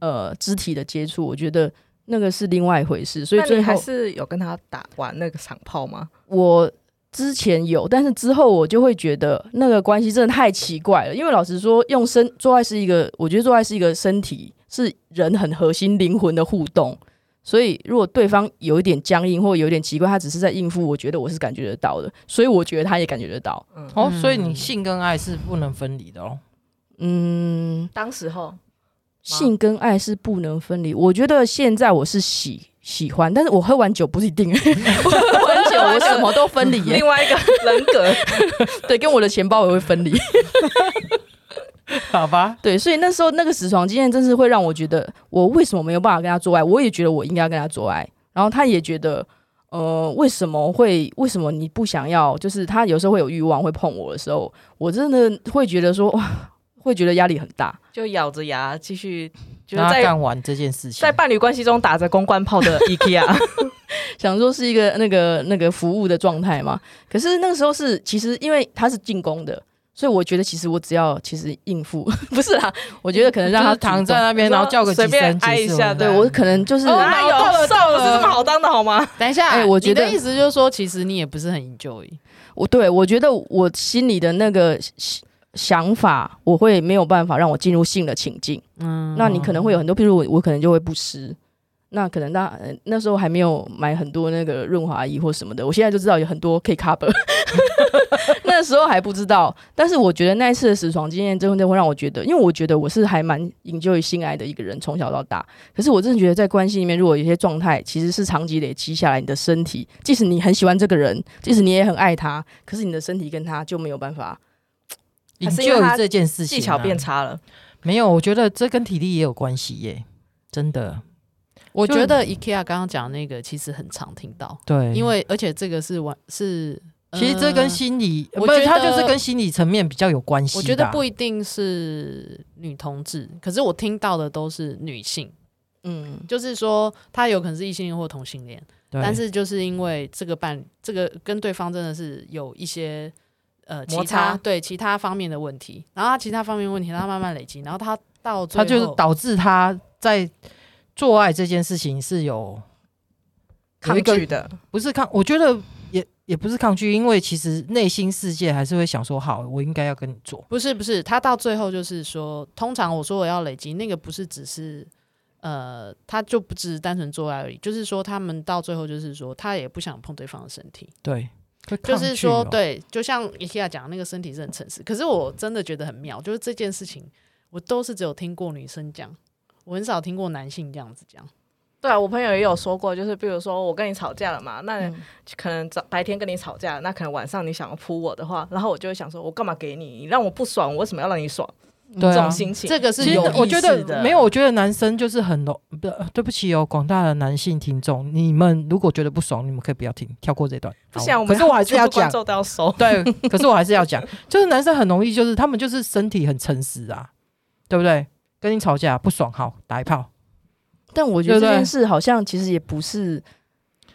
Speaker 2: 呃肢体的接触？我觉得那个是另外一回事。所以
Speaker 6: 那
Speaker 2: 最
Speaker 6: 你
Speaker 2: 后
Speaker 6: 还是有跟他打完那个场炮吗？
Speaker 2: 我之前有，但是之后我就会觉得那个关系真的太奇怪了。因为老实说，用身做爱是一个，我觉得做爱是一个身体是人很核心灵魂的互动。所以，如果对方有一点僵硬或有点奇怪，他只是在应付，我觉得我是感觉得到的，所以我觉得他也感觉得到。
Speaker 4: 哦，所以你性跟爱是不能分离的哦。
Speaker 2: 嗯，
Speaker 6: 当时候
Speaker 2: 性跟爱是不能分离。我觉得现在我是喜喜欢，但是我喝完酒不是一定， 我喝完酒我什么都分 离耶
Speaker 6: 另，外一个人格，
Speaker 2: 对，跟我的钱包也会分离。
Speaker 4: 好吧，
Speaker 2: 对，所以那时候那个死床经验，真是会让我觉得，我为什么没有办法跟他做爱？我也觉得我应该跟他做爱，然后他也觉得，呃，为什么会为什么你不想要？就是他有时候会有欲望，会碰我的时候，我真的会觉得说，哇，会觉得压力很大。
Speaker 6: 就咬着牙继续，就是
Speaker 4: 让他
Speaker 6: 在
Speaker 4: 干完这件事情
Speaker 6: 在，伴侣关系中打着公关 炮的 IKEA，
Speaker 2: 想说是一个那个那个服务的状态嘛。可是那个时候是，其实因为他是进攻的，所以我觉得其实我只要其实应付， 不是啦，我觉得可能让
Speaker 4: 就
Speaker 2: 他
Speaker 4: 是躺
Speaker 2: 主动
Speaker 4: 在。哦那边，然后叫个几
Speaker 6: 随便
Speaker 4: 声，
Speaker 6: 挨
Speaker 4: 结束
Speaker 6: 一下
Speaker 4: 了
Speaker 2: 对我可能就是、
Speaker 6: 哪有
Speaker 5: 到了
Speaker 6: 瘦
Speaker 5: 到
Speaker 6: 不
Speaker 5: 了
Speaker 6: 是这么好当的好 吗？
Speaker 5: 等一下，
Speaker 2: 哎我觉得
Speaker 5: 你的意思就是说，其实你也不是很 enjoy，
Speaker 2: 我对我觉得我心里的那个想想法，我会没有办法让我进入性的情境。
Speaker 5: 嗯
Speaker 2: 那你可能会有很多，譬如我我可能就会不湿。那可能那呃那时候还没有买很多那个润滑液或什么的，我现在就知道有很多可以 cover。那时候还不知道，但是我觉得那一次的死床经验，真的会让我觉得，因为我觉得我是还蛮引咎于性爱的一个人，从小到大。可是我真的觉得，在关系里面，如果有一些状态其实是长期累积下来，你的身体，即使你很喜欢这个人，即使你也很爱他，可是你的身体跟他就没有办法。
Speaker 4: 引
Speaker 6: 还是因为
Speaker 4: 咎于
Speaker 6: 他
Speaker 4: 这件事情啊，
Speaker 6: 技巧变差了，
Speaker 4: 没有，我觉得这跟体力也有关系耶，真的。
Speaker 5: 我
Speaker 4: 就
Speaker 5: 觉得 IKEA 刚刚讲的那个其实很常听到，
Speaker 4: 对
Speaker 5: 因为而且这个是完是，呃
Speaker 4: 其实这跟心理，
Speaker 5: 我
Speaker 4: 不是
Speaker 5: 觉
Speaker 4: 它
Speaker 5: 得
Speaker 4: 就是跟心理层面比较有关系吧。
Speaker 5: 我觉得不一定是女同志，可是我听到的都是女性，
Speaker 2: 嗯，
Speaker 5: 就是说她有可能是异性恋或同性恋，
Speaker 4: 对，
Speaker 5: 但是就是因为这个伴这个跟对方真的是有一些呃
Speaker 6: 摩
Speaker 5: 其他
Speaker 6: 擦
Speaker 5: 对其他方面的问题，然后她其他方面的问题，她慢慢累积，然后她到最
Speaker 4: 它
Speaker 5: 后
Speaker 4: 就是导致他在做爱这件事情是有有
Speaker 6: 抗
Speaker 4: 一个
Speaker 6: 拒的，
Speaker 4: 不是抗，我觉得也也不是抗拒，因为其实内心世界还是会想说，好，我应该要跟你做。
Speaker 5: 不是不是，他到最后就是说，通常我说我要累积，那个不是只是呃，他就不只是单纯做爱而已，就是说他们到最后就是说，他也不想碰对方的身体，
Speaker 4: 对，会
Speaker 5: 就
Speaker 4: 抗
Speaker 5: 是
Speaker 4: 拒
Speaker 5: 说
Speaker 4: 哦，
Speaker 5: 对，就像 IKEA 讲的那个身体是很诚实，可是我真的觉得很妙，就是这件事情我都是只有听过女生讲。我很少听过男性这样子讲。
Speaker 6: 对啊，我朋友也有说过，就是比如说我跟你吵架了嘛，那
Speaker 2: 嗯
Speaker 6: 可能早白天跟你吵架，那可能晚上你想要扑我的话，然后我就会想说，我干嘛给你？你让我不爽，我为什么要让你爽？
Speaker 4: 对
Speaker 6: 这
Speaker 4: 啊
Speaker 6: 种。心情，
Speaker 5: 这个是
Speaker 4: 其实
Speaker 5: 有
Speaker 4: 我
Speaker 5: 意
Speaker 4: 觉
Speaker 5: 识
Speaker 4: 得
Speaker 5: 的，
Speaker 4: 没有，我觉得男生就是很容不，对不起哦，广大的男性听众，你们如果觉得不爽，你们可以不要听，跳过这段。
Speaker 6: 不想，
Speaker 5: 啊
Speaker 4: 好
Speaker 6: 我们
Speaker 4: 可是我还是要
Speaker 6: 全部观
Speaker 4: 讲，
Speaker 6: 众都要收。
Speaker 4: 对，可是我还是要讲，就是男生很容易，就是他们就是身体很诚实啊，对不对？跟你吵架不爽，好打一炮，
Speaker 2: 但我觉得
Speaker 4: 对不对
Speaker 2: 这件事好像其实也不是，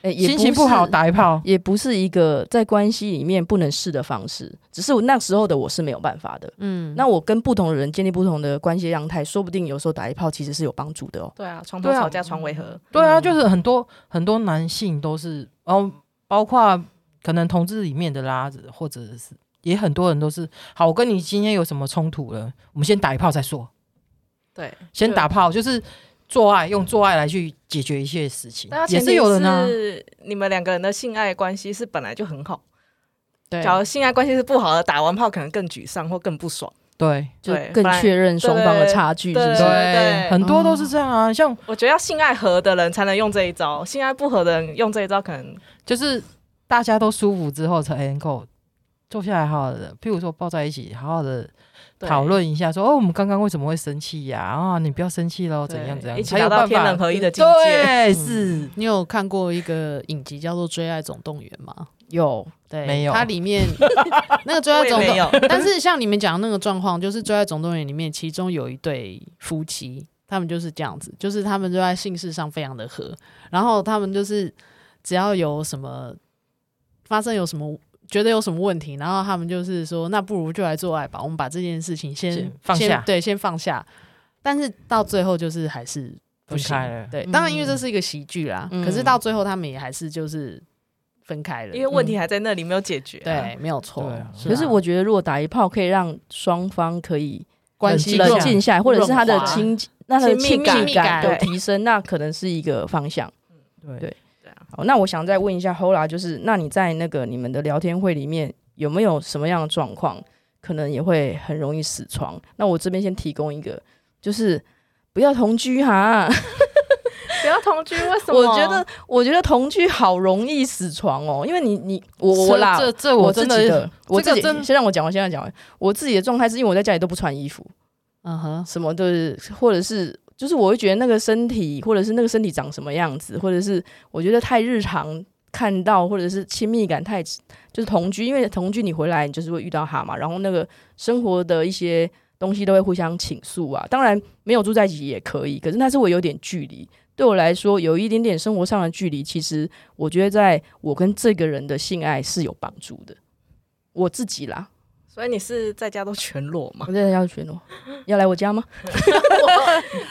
Speaker 2: 诶也
Speaker 4: 心情
Speaker 2: 不
Speaker 4: 不
Speaker 2: 是
Speaker 4: 好打一炮，
Speaker 2: 也不是一个在关系里面不能试的方式，只是我那时候的我是没有办法的。
Speaker 5: 嗯，
Speaker 2: 那我跟不同的人建立不同的关系样态，说不定有时候打一炮其实是有帮助的哦。
Speaker 6: 对啊，床头
Speaker 4: 对啊
Speaker 6: 吵架床尾和，
Speaker 4: 对啊，就是很多很多男性都是，哦，包括可能同志里面的啦，或者是也很多人都是，好，我跟你今天有什么冲突了，我们先打一炮再说，
Speaker 6: 对。
Speaker 4: 先
Speaker 6: 对
Speaker 4: 打炮就是做爱，用做爱来去解决一切事情
Speaker 6: 但它，
Speaker 4: 也
Speaker 6: 前提
Speaker 4: 是有人啊。
Speaker 6: 是你们两个人的性爱关系是本来就很好，
Speaker 5: 对
Speaker 6: 假如性爱关系是不好的，打完炮可能更沮丧或更不爽。
Speaker 4: 对
Speaker 2: 就
Speaker 6: 对
Speaker 2: 更
Speaker 6: 本来
Speaker 2: 确认双方的差距，是不
Speaker 6: 对啊
Speaker 2: 是？
Speaker 6: 对哦
Speaker 4: 很多都是这样啊，像
Speaker 6: 我觉得要性爱合的人才能用这一招，性爱不合的人用这一招可能
Speaker 4: 就是大家都舒服之后才能够坐下来好好的，譬如说抱在一起，好好的
Speaker 6: 对
Speaker 4: 讨论一下说，哦，我们刚刚为什么会生气呀、啊？你不要生气喽，
Speaker 6: 对
Speaker 4: 怎样怎样，
Speaker 6: 一起
Speaker 4: 才有
Speaker 6: 达到
Speaker 4: 办法
Speaker 6: 天人合一的境界。嗯
Speaker 4: 对，是，
Speaker 5: 你有看过一个影集叫做《追爱总动员》吗？
Speaker 2: 有
Speaker 5: 对，
Speaker 4: 没有
Speaker 5: 它里面 那个《追
Speaker 6: 我
Speaker 5: 爱
Speaker 6: 也
Speaker 5: 啊总动
Speaker 6: 没》，有，
Speaker 5: 但是像你们讲的那个状况，就是《追爱总动员》里面，其中有一对夫妻，他们就是这样子，就是他们就在性事上非常的合，然后他们就是只要有什么发生有什么。觉得有什么问题，然后他们就是说，那不如就来做爱吧，我们把这件事情先
Speaker 4: 先放
Speaker 5: 先
Speaker 4: 下
Speaker 5: 对，先放下。但是到最后就是还是不
Speaker 4: 分
Speaker 5: 行
Speaker 4: 开了
Speaker 5: 对，
Speaker 2: 嗯
Speaker 5: 当然因为这是一个喜剧啦，
Speaker 2: 嗯
Speaker 5: 可是到最后他们也还是就是分开 了，嗯
Speaker 6: 因为问题还在那里没有解决、
Speaker 5: 对，没有错
Speaker 4: 对啊。
Speaker 5: 是啊
Speaker 2: 可是我觉得，如果打一炮可以让双方可以
Speaker 5: 关
Speaker 4: 冷
Speaker 5: 系
Speaker 4: 静
Speaker 2: 冷
Speaker 5: 更
Speaker 2: 静下来，或者是他的
Speaker 6: 润滑
Speaker 2: 亲那他的
Speaker 6: 亲
Speaker 2: 亲
Speaker 6: 密
Speaker 2: 密感
Speaker 6: 感
Speaker 2: 有
Speaker 6: 对
Speaker 2: 提升，那可能是一个方向。
Speaker 4: 对
Speaker 2: 对好，那我想再问一下 Hola，就是那你在那个你们的聊天会里面有没有什么样的状况，可能也会很容易死床？那我这边先提供一个，就是不要同居哈。
Speaker 6: 不要同居，为什么？
Speaker 2: 我觉得，我觉得同居好容易死床哦，因为你你我我啦，
Speaker 4: 这这
Speaker 2: 我自
Speaker 4: 真
Speaker 2: 己
Speaker 4: 的
Speaker 2: 的，我
Speaker 4: 这
Speaker 2: 自
Speaker 4: 个
Speaker 2: 己
Speaker 4: 真
Speaker 2: 先让我讲完，先让我讲完。我自己的状态是因为我在家里都不穿衣服，
Speaker 5: 嗯哼，
Speaker 2: 什么都是，或者是就是我会觉得那个身体，或者是那个身体长什么样子，或者是我觉得太日常看到，或者是亲密感太就是同居，因为同居你回来你就是会遇到他嘛，然后那个生活的一些东西都会互相倾诉啊。当然没有住在一起也可以，可是那是会有点距离。对我来说，有一点点生活上的距离，其实我觉得在我跟这个人的性爱是有帮助的。我自己啦，
Speaker 6: 所以你是在家都全裸吗
Speaker 2: 我？真的要选哦，要来我家吗？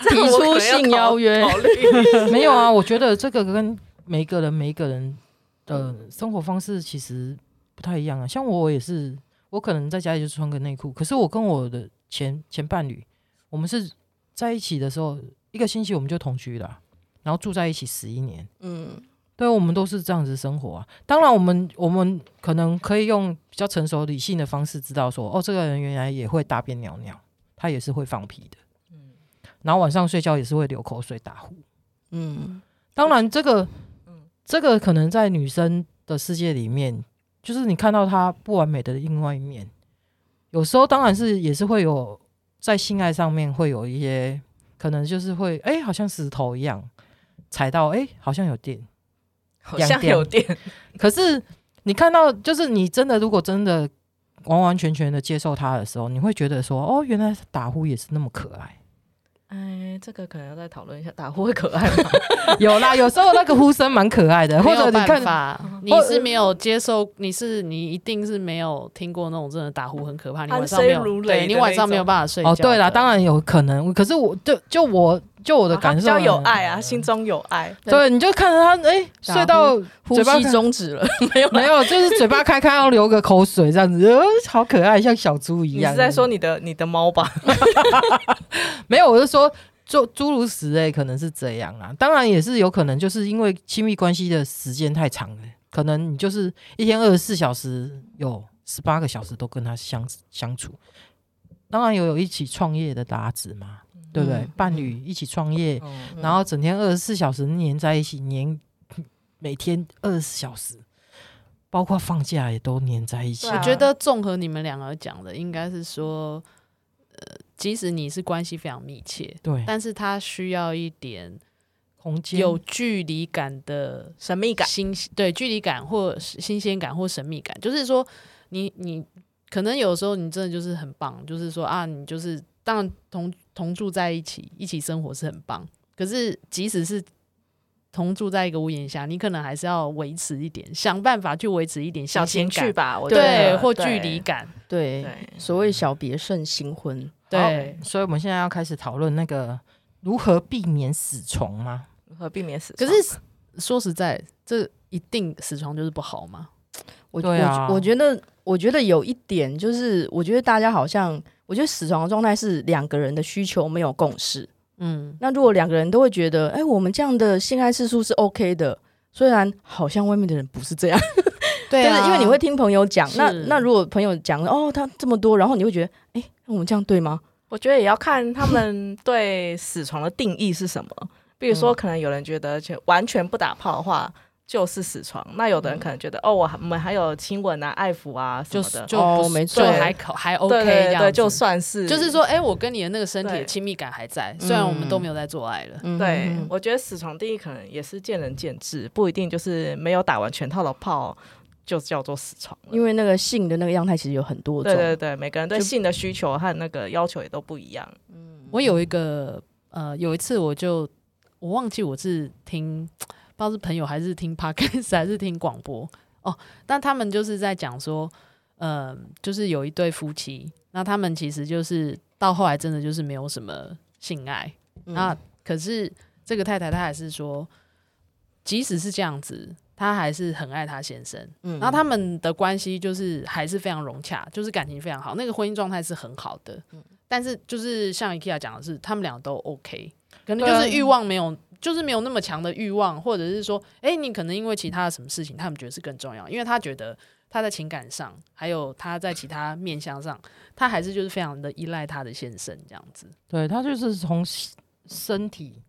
Speaker 6: 这
Speaker 2: 提
Speaker 6: 个我可能
Speaker 2: 出性邀约
Speaker 6: 要考考虑
Speaker 4: 没有啊。我觉得这个跟每个人每一个人的生活方式其实不太一样啊。像我也是，我可能在家里就穿个内裤，可是我跟我的前前伴侣，我们是在一起的时候一个星期我们就同居了啊、然后住在一起十一年。
Speaker 2: 嗯，
Speaker 4: 对，我们都是这样子生活啊。当然，我们我们可能可以用比较成熟理性的方式知道说，哦，这个人原来也会大便尿尿，他也是会放屁的，然后晚上睡觉也是会流口水打呼。
Speaker 2: 嗯，
Speaker 4: 当然，这个这个可能在女生的世界里面，就是你看到她不完美的另外一面，有时候当然是也是会有在性爱上面会有一些可能就是会哎、好像石头一样踩到哎、好像有电。
Speaker 6: 好像有电，
Speaker 4: 可是你看到，就是你真的如果真的完完全全的接受他的时候，你会觉得说，哦，原来打呼也是那么可 爱。
Speaker 6: 哎，这个可能要再讨论一下，打呼会可爱吗？
Speaker 4: 有啦，有时候那个呼声蛮可爱的，
Speaker 5: 没
Speaker 4: 或者
Speaker 5: 有
Speaker 4: 你
Speaker 5: 办
Speaker 4: 看，
Speaker 5: 法，你
Speaker 4: 或
Speaker 5: 是没有接受，你是你一定是没有听过那种真的打呼很可怕，你晚上
Speaker 6: 鼾
Speaker 5: 没
Speaker 6: 声
Speaker 5: 有，
Speaker 6: 如雷
Speaker 5: 对你
Speaker 6: 的
Speaker 5: 晚
Speaker 6: 那
Speaker 5: 上没有
Speaker 6: 种
Speaker 5: 办法睡觉。
Speaker 4: 哦，对啦，当，然有可能，可是我就就我就我的感受，
Speaker 6: 比较有爱啊，心中有爱。
Speaker 4: 对，你就看着他，哎，
Speaker 2: 打
Speaker 4: 睡到
Speaker 2: 呼
Speaker 4: 嘴巴
Speaker 2: 吸
Speaker 4: 开
Speaker 2: 终止了，
Speaker 4: 没有，就是嘴巴开开，要流个口水这样子，呃好可爱，像小猪一
Speaker 6: 你
Speaker 4: 样。
Speaker 6: 是在说你的你的猫吧？
Speaker 4: 没有，我是说，就诸如此类，可能是这样啦。当然也是有可能，就是因为亲密关系的时间太长了，可能你就是一天二十四小时，有十八个小时都跟他相相处。当然有有一起创业的搭子嘛，对不对？
Speaker 2: 嗯
Speaker 4: 伴侣一起创业，
Speaker 5: 哦
Speaker 2: 嗯
Speaker 4: 然后整天二十四小时黏在一起，黏每天二十四小时，包括放假也都黏在一起。
Speaker 6: 对啊
Speaker 5: 我觉得综合你们两个讲的，应该是说，呃，即使你是关系非常密切，
Speaker 4: 对，
Speaker 5: 但是他需要一点
Speaker 4: 空间
Speaker 5: 有距离感的
Speaker 6: 神秘感，
Speaker 5: 新对距离感或是新鲜感或神秘感，就是说你你可能有时候你真的就是很棒，就是说啊，你就是当然同同住在一起，一起生活是很棒，可是即使是同住在一个屋檐下，你可能还是要维持一点，想办法去维持一点
Speaker 6: 小
Speaker 5: 新鲜
Speaker 6: 情趣
Speaker 5: 感，
Speaker 6: 吧，我觉
Speaker 5: 对，
Speaker 6: 得
Speaker 5: 或距离，感，
Speaker 2: 对，
Speaker 6: 对
Speaker 2: 所谓小别胜新婚，
Speaker 5: 对
Speaker 4: 好所以我们现在要开始讨论那个如何避免死虫吗？
Speaker 6: 如何避免死
Speaker 5: 可
Speaker 6: 伤？
Speaker 5: 是说实在，这一定死床就是不好嘛。
Speaker 2: 我
Speaker 4: 对啊
Speaker 2: 我我觉得我觉得有一点就是，我觉得大家好像，我觉得死床的状态是两个人的需求没有共识。
Speaker 5: 嗯，
Speaker 2: 那如果两个人都会觉得，哎、我们这样的性爱次数是 OK 的，虽然好像外面的人不是这样，
Speaker 5: 对
Speaker 6: 啊
Speaker 5: 啊
Speaker 2: 但是因为你会听朋友讲，那
Speaker 5: 是
Speaker 2: 那如果朋友讲哦，他这么多，然后你会觉得，哎、那我们这样对吗？
Speaker 6: 我觉得也要看他们对死床的定义是什么。比如
Speaker 5: 嗯
Speaker 6: 说，可能有人觉得全完全不打炮的话就是死床，那有的人可能觉得、哦，我还我们还有亲吻啊、爱抚啊什
Speaker 5: 就
Speaker 6: 么的，
Speaker 5: 就
Speaker 2: 哦
Speaker 5: 不是
Speaker 2: 没
Speaker 5: 就
Speaker 2: 错
Speaker 5: 还可还 OK
Speaker 6: 对
Speaker 5: 这
Speaker 6: 对
Speaker 5: 样子
Speaker 6: 对，就算是
Speaker 5: 就是说，哎、我跟你的那个身体的
Speaker 6: 对
Speaker 5: 亲密感还在，虽然我们都没有在做爱了。
Speaker 2: 嗯，
Speaker 6: 对，
Speaker 2: 嗯
Speaker 6: 我觉得死床定义可能也是见仁见智，不一定就是没有打完全套的炮就叫做死床了。
Speaker 2: 因为那个性的那个样态其实有很多种，
Speaker 6: 对对对，每个人对
Speaker 2: 就
Speaker 6: 性的需求和那个要求也都不一样。
Speaker 5: 我有一个呃，有一次我就我忘记我是听不知道是朋友还是听 podcast 还是听广播哦，但他们就是在讲说，呃，就是有一对夫妻，那他们其实就是到后来真的就是没有什么性爱，
Speaker 2: 嗯
Speaker 5: 那可是这个太太她还是说，即使是这样子，她还是很爱她先生。
Speaker 2: 嗯
Speaker 5: 然后他们的关系就是还是非常融洽，就是感情非常好，那个婚姻状态是很好的。但是就是像 IKEA 讲的是，他们俩都 OK，可能
Speaker 4: 对
Speaker 5: 就
Speaker 4: 啊
Speaker 5: 是欲望没有，就是没有那么强的欲望，或者是说，哎，你可能因为其他的什么事情，他们觉得是更重要，因为他觉得他在情感上，还有他在其他面向上，他还是就是非常的依赖他的先生这样子。
Speaker 4: 对，它就是从心身体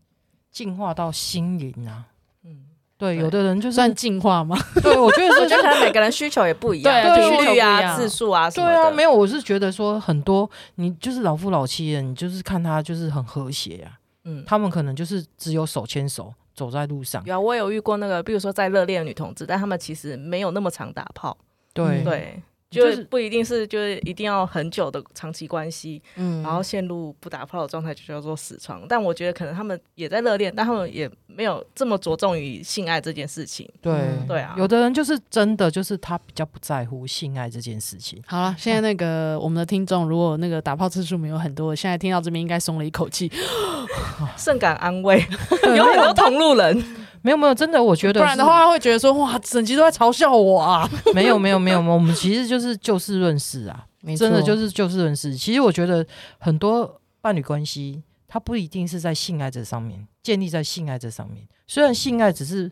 Speaker 4: 进化到心灵啊。
Speaker 6: 嗯，
Speaker 4: 对，
Speaker 6: 对
Speaker 4: 有的人就
Speaker 5: 算
Speaker 4: 是
Speaker 5: 进化吗？
Speaker 4: 对，我觉得
Speaker 6: 我
Speaker 4: 是
Speaker 6: 觉得可能每个人需求也不一样，
Speaker 5: 对
Speaker 4: 需
Speaker 5: 求
Speaker 6: 频率
Speaker 5: 不一
Speaker 6: 啊、
Speaker 5: 样
Speaker 6: 次数啊什么
Speaker 4: 对
Speaker 6: 的。
Speaker 4: 啊，没有，我是觉得说很多你就是老夫老妻的，你就是看他就是很和谐啊，
Speaker 6: 嗯，
Speaker 4: 他们可能就是只有手牵手走在路上，
Speaker 6: 有啊，我有遇过那个，比如说在热恋的女同志，但她们其实没有那么常打炮，
Speaker 4: 对
Speaker 2: 嗯
Speaker 6: 对，
Speaker 4: 就
Speaker 6: 就是是不一定是就是一定要很久的长期关系，
Speaker 2: 嗯
Speaker 6: 然后陷入不打炮的状态就叫做死床。但我觉得可能他们也在热恋，但他们也没有这么着重于性爱这件事情。
Speaker 4: 嗯对
Speaker 6: 对啊，
Speaker 4: 有的人就是真的就是他比较不在乎性爱这件事情，
Speaker 5: 好了，现在那个我们的听众，如果那个打炮次数没有很多，现在听到这边应该松了一口气，
Speaker 6: 甚感安慰， 有很多同路人。
Speaker 4: 没有没有，真的我觉
Speaker 5: 不
Speaker 4: 得
Speaker 5: 然的
Speaker 4: 是
Speaker 5: 话他会觉得说哇，整集都在嘲笑我啊。
Speaker 4: 没有没有没有，我们其实就是就事论事啊，
Speaker 2: 没
Speaker 4: 真的
Speaker 2: 错
Speaker 4: 就是就事论事。其实我觉得很多伴侣关系，它不一定是在性爱这上面建立在性爱这上面。虽然性爱只是，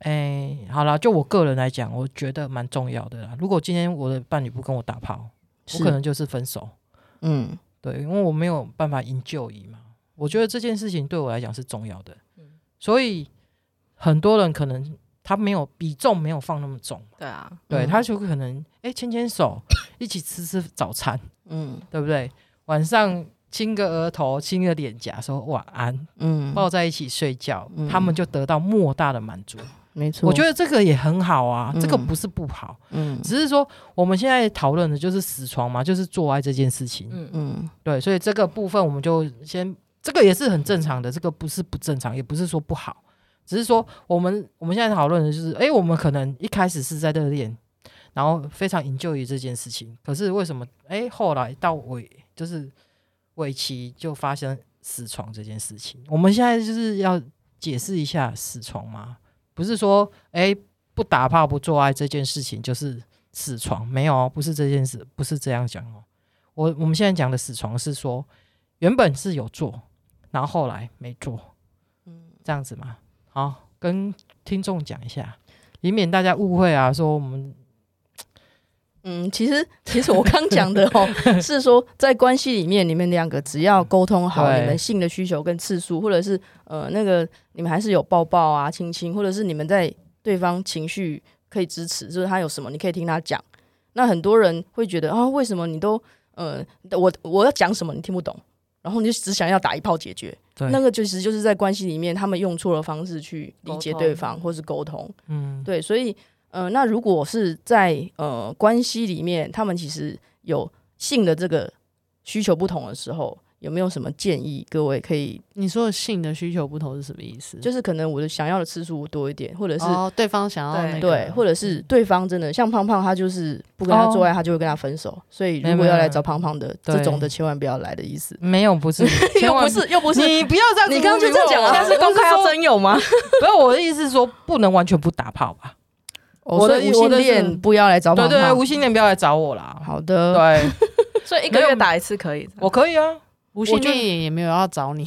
Speaker 4: 哎、好啦，就我个人来讲，我觉得蛮重要的啦。如果今天我的伴侣不跟我打炮，我
Speaker 2: 是
Speaker 4: 可能就是分手，
Speaker 2: 嗯
Speaker 4: 对，因为我没有办法营救姨嘛。我觉得这件事情对我来讲是重要的，
Speaker 2: 嗯
Speaker 4: 所以很多人可能他没有比重没有放那么重。
Speaker 6: 对啊，
Speaker 4: 对，
Speaker 2: 嗯
Speaker 4: 他就可能哎牵 牵手，一起吃吃早餐，
Speaker 2: 嗯
Speaker 4: 对不对？晚上亲个额头，亲个脸颊，说晚安，
Speaker 2: 嗯，
Speaker 4: 抱在一起睡觉，
Speaker 2: 嗯
Speaker 4: 他们就得到莫大的满足。
Speaker 2: 没错，
Speaker 4: 我觉得这个也很好啊，
Speaker 2: 嗯
Speaker 4: 这个不是不好，
Speaker 2: 嗯
Speaker 4: 只是说我们现在讨论的就是死床嘛，就是做爱这件事情。
Speaker 6: 嗯嗯，
Speaker 2: 嗯
Speaker 4: 对，所以这个部分我们就先，这个也是很正常的，这个不是不正常，也不是说不好，只是说我们我们现在讨论的就是，诶，我们可能一开始是在热恋，然后非常营救于这件事情，可是为什么诶，后来到尾就是尾期就发生死床这件事情？我们现在就是要解释一下死床吗？不是说诶，不打炮不做爱这件事情就是死床，没有哦，不是这件事，不是这样讲哦。我我们现在讲的死床是说，原本是有做，然后后来没做，
Speaker 2: 嗯
Speaker 4: 这样子嘛。好，跟听众讲一下，以免大家误会啊，说我们
Speaker 2: 嗯，其实其实我刚讲的哦，是说在关系里面，你们两个只要沟通好
Speaker 4: 对
Speaker 2: 你们性的需求跟次数，或者是呃那个你们还是有抱抱啊、亲亲，或者是你们在对方情绪可以支持，就是他有什么你可以听他讲。那很多人会觉得啊，为什么你都呃我我要讲什么你听不懂，然后你就只想要打一炮解决，
Speaker 4: 对
Speaker 2: 那个其实就是在关系里面他们用错了方式去理解
Speaker 6: 沟通
Speaker 2: 对方或是沟通。
Speaker 4: 嗯，
Speaker 2: 对，所以呃，那如果是在呃关系里面，他们其实有性的这个需求不同的时候，有没有什么建议？各位可以，
Speaker 5: 你说的性的需求不同是什么意思？
Speaker 2: 就是可能我的想要的次数多一点，或者是、
Speaker 5: 哦，对方想要
Speaker 6: 对
Speaker 5: 那个
Speaker 2: 对，或者是对方真的像胖胖，他就是不跟他做
Speaker 4: 哦
Speaker 2: 爱，他就会跟他分手。所以如果要来找胖胖的
Speaker 4: 对
Speaker 2: 这种的，千万不要来的意思。，
Speaker 4: 没有不是
Speaker 2: 又不
Speaker 4: 万
Speaker 2: 是，又不是，
Speaker 4: 你不要这样子污蔑
Speaker 2: 你刚刚
Speaker 4: 我，
Speaker 2: 就这样讲啊
Speaker 6: 现在是公开要
Speaker 4: 我是说
Speaker 6: 真 有吗？
Speaker 4: 不是我的意思是说，不能完全不打炮吧？
Speaker 2: 哦
Speaker 4: 我的
Speaker 2: 所以无
Speaker 4: 我
Speaker 2: 性
Speaker 4: 的是
Speaker 2: 恋不要来找
Speaker 4: 对
Speaker 2: 胖
Speaker 4: 对对，无
Speaker 2: 胖。
Speaker 4: 性恋不要来找我啦。
Speaker 2: 好的，
Speaker 4: 对，
Speaker 6: 所以一个
Speaker 4: 没
Speaker 6: 月
Speaker 4: 有
Speaker 6: 打一次可以。
Speaker 4: 我可以啊。
Speaker 5: 无性
Speaker 4: 我就
Speaker 5: 恋也也没有要找你，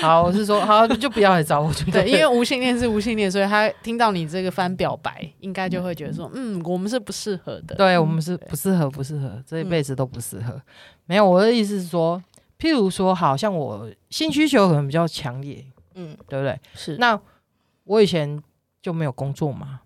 Speaker 4: 好，我是说，好就不要来找我，就
Speaker 5: 对，因为 无性恋是无性恋，所以他听到你这个翻表白，应该就会觉得说，嗯，我们是不适合的。
Speaker 4: 对我们是不适合，不适合，这
Speaker 2: 嗯
Speaker 4: 一辈子都不适合。没有，我的意思是说，譬如说，好像我性需求可能比较强烈，
Speaker 2: 嗯，
Speaker 4: 对不对？
Speaker 2: 是
Speaker 4: 那我以前就没有工作嘛，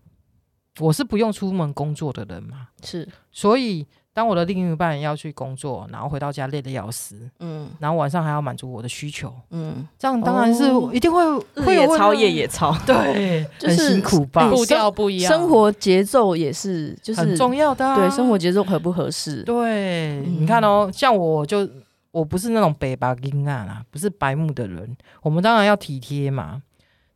Speaker 4: 我是不用出门工作的人嘛，
Speaker 2: 是，
Speaker 4: 所以当我的另一半要去工作，然后回到家累得要死，
Speaker 2: 嗯
Speaker 4: 然后晚上还要满足我的需求，
Speaker 2: 嗯，
Speaker 4: 这样当然是
Speaker 2: 哦
Speaker 4: 一定会、
Speaker 6: 日
Speaker 4: 会
Speaker 6: 也
Speaker 4: 有问啊
Speaker 6: 超，
Speaker 4: 题
Speaker 6: 夜也超，
Speaker 4: 对，
Speaker 2: 就
Speaker 4: 很
Speaker 2: 是
Speaker 4: 辛苦吧
Speaker 2: 你，
Speaker 5: 步调不一样，
Speaker 2: 生活节奏也是，就是
Speaker 4: 很重要的、啊，
Speaker 2: 对，生活节奏合不合适？
Speaker 4: 对，
Speaker 2: 嗯
Speaker 4: 你看哦，像我就我不是那种北巴金啊啦，不是白目的人，我们当然要体贴嘛。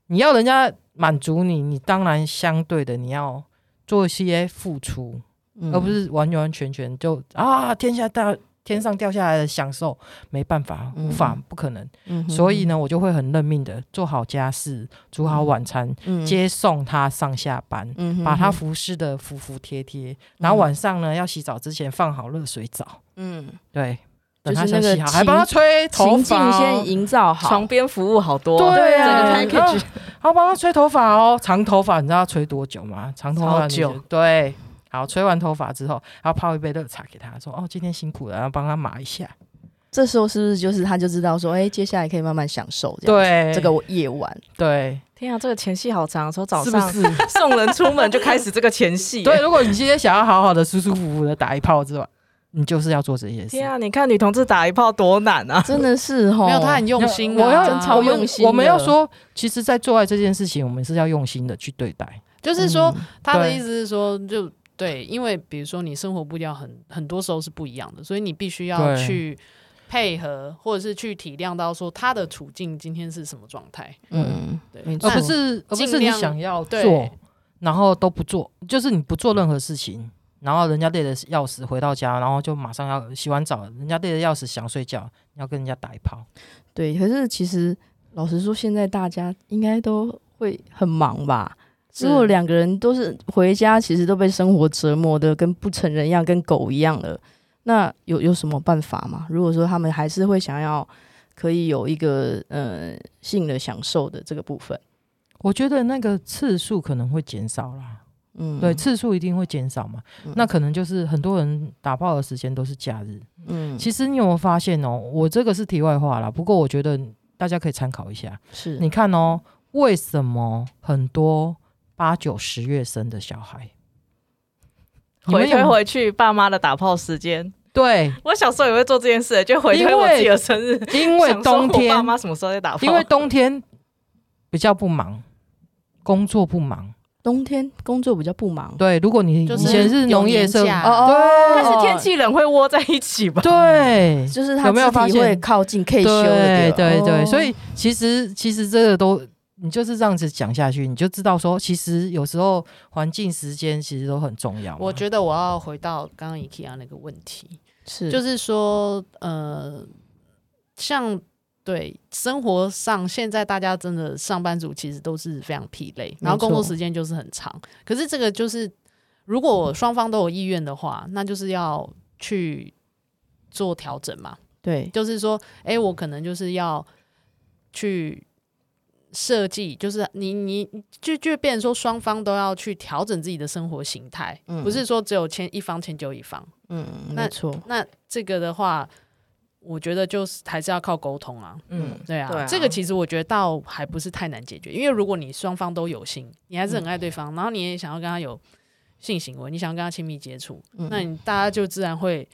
Speaker 4: 你要人家满足你，你当然相对的你要做一些付出，
Speaker 2: 嗯
Speaker 4: 而不是完完全全就啊天下掉天上掉下来的享受，没办法，无法，
Speaker 2: 嗯
Speaker 4: 不可能。
Speaker 2: 嗯哼
Speaker 4: 所以呢，我就会很认命的做好家事，煮好晚餐，
Speaker 2: 嗯
Speaker 4: 接送他上下班。
Speaker 2: 嗯哼
Speaker 4: 把他
Speaker 2: 哼
Speaker 4: 服侍的服服帖帖，然后晚上呢要洗澡之前放好热水澡，
Speaker 2: 嗯
Speaker 4: 对，
Speaker 2: 就
Speaker 4: 等他
Speaker 2: 是
Speaker 4: 先
Speaker 2: 那个
Speaker 4: 洗好，
Speaker 2: 情
Speaker 4: 还帮他吹头
Speaker 2: 情
Speaker 4: 发、
Speaker 2: 境
Speaker 4: 哦
Speaker 2: 先，营造好，
Speaker 6: 床边服务好多。
Speaker 4: 对啊，
Speaker 2: 整个 package
Speaker 4: 啊还要帮他吹头发哦，长头发你知道要吹多久吗？长头发
Speaker 6: 超久
Speaker 4: 你就，对。好，吹完头发之后，还要泡一杯热茶给他，说：“哦，今天辛苦了，然后帮他抹一下。
Speaker 2: 这时候是不是就是他就知道说，哎，接下来可以慢慢享受”这样
Speaker 4: 对，
Speaker 2: 这个夜晚，
Speaker 4: 对，
Speaker 6: 天啊，这个前戏好长，从早
Speaker 4: 是不
Speaker 6: 上
Speaker 4: 是？
Speaker 6: 送人出门就开始这个前戏。
Speaker 4: 对，如果你今天想要好好的、舒舒服服的打一炮之外，你就是要做这些事。
Speaker 6: 天啊，你看女同志打一炮多难啊！
Speaker 2: 真的是哈，
Speaker 5: 没有他很用心啊，
Speaker 4: 我要
Speaker 2: 真超
Speaker 4: 我们
Speaker 2: 用心的
Speaker 4: 我们要说，其实，在做爱这件事情，我们是要用心的去对待。
Speaker 5: 就是说
Speaker 2: 嗯
Speaker 5: 他的
Speaker 4: 对
Speaker 5: 意思是说，就对，因为比如说你生活步调很很多时候是不一样的，所以你必须要
Speaker 4: 对
Speaker 5: 去配合，或者是去体谅到说他的处境今天是什么状态，
Speaker 2: 嗯，
Speaker 5: 对，
Speaker 2: 没错
Speaker 4: 而
Speaker 5: 那
Speaker 4: 不是而不是
Speaker 5: 尽
Speaker 4: 你
Speaker 5: 量
Speaker 4: 想要做
Speaker 5: 对，
Speaker 4: 然后都不做，就是你不做任何事情，然后人家累得要死，回到家，然后就马上要洗完澡，人家累得要死，想睡觉，你要跟人家打一炮，
Speaker 2: 对。可是其实老实说，现在大家应该都会很忙吧？
Speaker 5: 是
Speaker 2: 如果两个人都是回家，其实都被生活折磨的跟不成人一样，跟狗一样了。那有有什么办法吗？如果说他们还是会想要可以有一个呃性的享受的这个部分，
Speaker 4: 我觉得那个次数可能会减少啦。
Speaker 2: 嗯，
Speaker 4: 对，次数一定会减少嘛。
Speaker 2: 嗯
Speaker 4: 那可能就是很多人打炮的时间都是假日。
Speaker 2: 嗯，
Speaker 4: 其实你有没有发现哦？我这个是题外话啦，不过我觉得大家可以参考一下。
Speaker 2: 是
Speaker 4: 你看哦，为什么很多八九十月生的小孩，你们
Speaker 6: 回
Speaker 4: 有
Speaker 6: 推回去爸妈的打炮时间，
Speaker 4: 对，
Speaker 6: 我小时候也会做这件事，就回推
Speaker 4: 因
Speaker 6: 我
Speaker 4: 为
Speaker 6: 自己的生日，
Speaker 4: 因为
Speaker 6: 想说
Speaker 4: 冬
Speaker 6: 我爸
Speaker 4: 天，
Speaker 6: 妈什么时候在打炮？
Speaker 4: 因为冬天比较不忙，工作不忙。
Speaker 2: 冬天工作比较不忙，
Speaker 4: 对，如果你、
Speaker 5: 就是
Speaker 4: 以前是农业社
Speaker 5: 有年，假哦
Speaker 6: 但
Speaker 4: 对
Speaker 6: 是天气冷会窝在一起吧？
Speaker 4: 对。
Speaker 2: 就是他
Speaker 4: 有没有
Speaker 2: 肢体
Speaker 4: 发现
Speaker 2: 会靠近 K 修
Speaker 4: 对
Speaker 2: 的地方
Speaker 4: 对对，
Speaker 2: 哦
Speaker 4: 所以其实其实这个都，你就是这样子讲下去，你就知道说，其实有时候环境、时间其实都很重要嘛。啊
Speaker 5: 我觉得我要回到刚刚 IKEA 那个问题，
Speaker 2: 是
Speaker 5: 就是是说，呃，像对生活上，现在大家真的上班族其实都是非常疲累，然后工作
Speaker 2: 错
Speaker 5: 时间就是很长。可是这个就是，如果双方都有意愿的话，那就是要去做调整嘛。
Speaker 2: 对
Speaker 5: 就是说，哎、我可能就是要去设计，就是你你就就变成说双方都要去调整自己的生活形态，
Speaker 2: 嗯
Speaker 5: 不是说只有迁一方迁就一方。
Speaker 2: 嗯，
Speaker 5: 那
Speaker 2: 没错，
Speaker 5: 那这个的话，我觉得就是还是要靠沟通啊。
Speaker 6: 嗯，
Speaker 5: 对啊，
Speaker 6: 对啊
Speaker 5: 这个其实我觉得倒还不是太难解决，因为如果你双方都有心，你还是很爱
Speaker 2: 嗯
Speaker 5: 对方，然后你也想要跟他有性行为，你想要跟他亲密接触，
Speaker 2: 嗯
Speaker 5: 那你大家就自然会，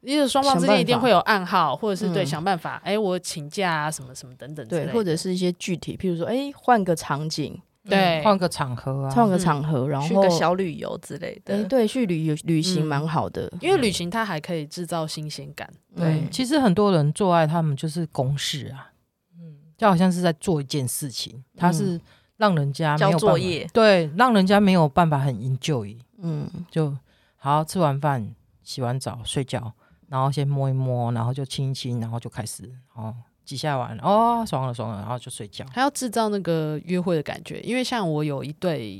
Speaker 5: 因为双方之
Speaker 2: 想办
Speaker 5: 间
Speaker 2: 法
Speaker 5: 一定会有暗号，或者是对、
Speaker 2: 嗯
Speaker 5: 想办法，哎，我请假啊，什么什么等等之类
Speaker 2: 对，
Speaker 5: 的，
Speaker 2: 或者是一些具体，譬如说，哎，换个场景，
Speaker 5: 对，
Speaker 4: 嗯换个场合啊，
Speaker 2: 换个场合，然
Speaker 6: 去
Speaker 2: 后
Speaker 6: 个小旅游之类
Speaker 2: 哎，
Speaker 6: 的，
Speaker 2: 对，去旅游旅行
Speaker 5: 嗯
Speaker 2: 蛮好的，
Speaker 5: 因为旅行它还可以制造新鲜感，
Speaker 4: 对
Speaker 2: 嗯，
Speaker 4: 其实很多人做爱，他们就是公事啊，
Speaker 6: 嗯
Speaker 4: 就好像是在做一件事情，他是让人家没
Speaker 6: 交
Speaker 4: 有办法
Speaker 6: 作，业，
Speaker 4: 对，让人家没有办法很 enjoy，
Speaker 2: 嗯，
Speaker 4: 就好吃完饭、洗完澡、睡觉，然后先摸一摸，然后就亲一亲，然后就开始哦几下完哦爽了爽了，然后就睡觉。
Speaker 5: 还要制造那个约会的感觉，因为像我有一对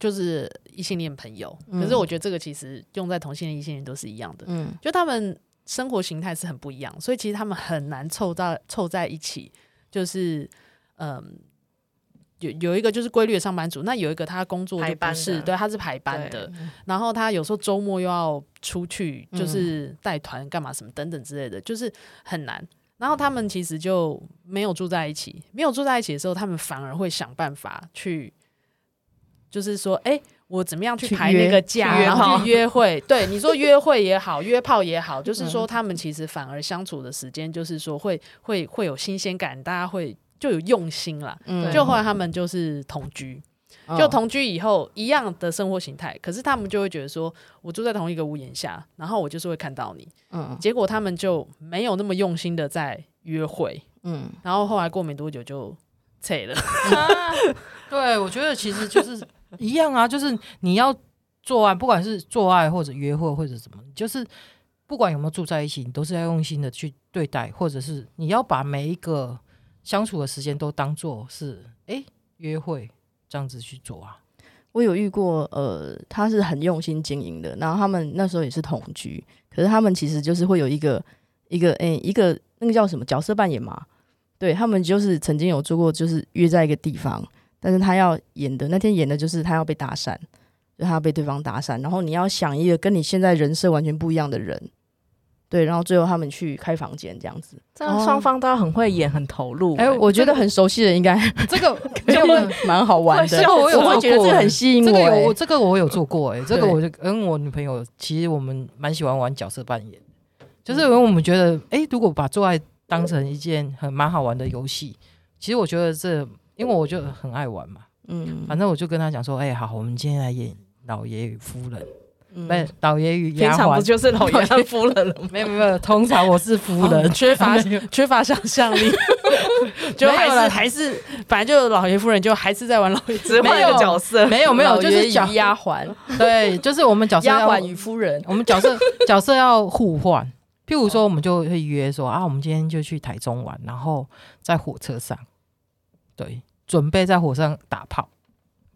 Speaker 5: 就是异性恋朋友，
Speaker 2: 嗯
Speaker 5: 可是我觉得这个其实用在同性恋、异性恋都是一样的，
Speaker 2: 嗯，
Speaker 5: 就他们生活形态是很不一样，所以其实他们很难凑到凑在一起，就是嗯。有有一个就是规律的上班族，那有一个他工作就
Speaker 6: 排
Speaker 5: 不
Speaker 6: 班
Speaker 5: 是，
Speaker 6: 的
Speaker 5: 对，他是排班的，然后他有时候周末又要出去，就是带团干嘛什么等等之类的，就是很难。然后他们其实就没有住在一起，没有住在一起的时候，他们反而会想办法去，就是说，哎、我怎么样去
Speaker 2: 去
Speaker 5: 排
Speaker 2: 约
Speaker 5: 那个假，
Speaker 6: 去约
Speaker 5: 然
Speaker 6: 炮
Speaker 5: 后去约会？对，你说约会也好，约炮也好，就是说他们其实反而相处的时间，就是说会会会有新鲜感，大家会就有用心啦。
Speaker 2: 嗯
Speaker 5: 就后来他们就是同居，
Speaker 2: 嗯
Speaker 5: 就同居以后一样的生活形态，可是他们就会觉得说，我住在同一个屋檐下，然后我就是会看到你。
Speaker 2: 嗯
Speaker 5: 结果他们就没有那么用心的在约会，
Speaker 2: 嗯，
Speaker 5: 然后后来过没多久就 拆了。，
Speaker 4: 对，我觉得其实就是一样啊，就是你要做爱，不管是做爱或者约会或者什么，就是不管有没有住在一起，你都是要用心的去对待，或者是你要把每一个相处的时间都当做是哎、诶约会这样子去做啊。
Speaker 2: 我有遇过，呃，他是很用心经营的，然后他们那时候也是同居，可是他们其实就是会有一个一个诶、一个那个叫什么角色扮演嘛，对他们就是曾经有做过，就是约在一个地方，但是他要演的那天演的就是他要被搭讪，就他要被对方搭讪，然后你要想一个跟你现在人设完全不一样的人，对，然后最后他们去开房间这样子，
Speaker 6: 这样双方都要很会演，很投入。
Speaker 4: 哎
Speaker 6: 哎，
Speaker 2: 我觉得很熟悉的应该
Speaker 4: 这 个
Speaker 2: 就
Speaker 4: 这个
Speaker 2: 会蛮好玩的，
Speaker 4: 我有
Speaker 2: 会
Speaker 4: 做
Speaker 2: 觉得这
Speaker 4: 过
Speaker 2: 个
Speaker 4: 欸
Speaker 2: 很吸引
Speaker 4: 这
Speaker 2: 我、
Speaker 4: 个有
Speaker 2: 欸
Speaker 4: 我，这个我有做过哎、这个
Speaker 2: 对
Speaker 4: 我就跟我女朋友，其实我们蛮喜欢玩角色扮演，就是因为我们觉得哎、诶如果把做爱当成一件很蛮好玩的游戏，其实我觉得这，因为我就很爱玩嘛，
Speaker 2: 嗯
Speaker 4: 反正我就跟她讲说，哎、好，我们今天来演老爷与夫人，
Speaker 2: 嗯
Speaker 4: 不、是老爷与
Speaker 6: 平
Speaker 4: 丫
Speaker 6: 常不
Speaker 4: 鬟，
Speaker 6: 就是老爷和夫人了吗？
Speaker 4: 没有没有没有，通常我是夫人
Speaker 5: 缺乏缺乏想象 力，就还
Speaker 4: 没有啦
Speaker 5: 是还是，反正就老爷夫人就还是在玩老爷
Speaker 6: 只换一个角色，
Speaker 4: 没有没有，就是角
Speaker 2: 讲丫鬟、
Speaker 4: 对，就是我们角色
Speaker 2: 丫
Speaker 4: 要
Speaker 2: 鬟与夫人。
Speaker 4: 我们角色角色要互换。譬如说，我们就会约说啊，我们今天就去台中玩，然后在火车上，对，准备在火车上打炮。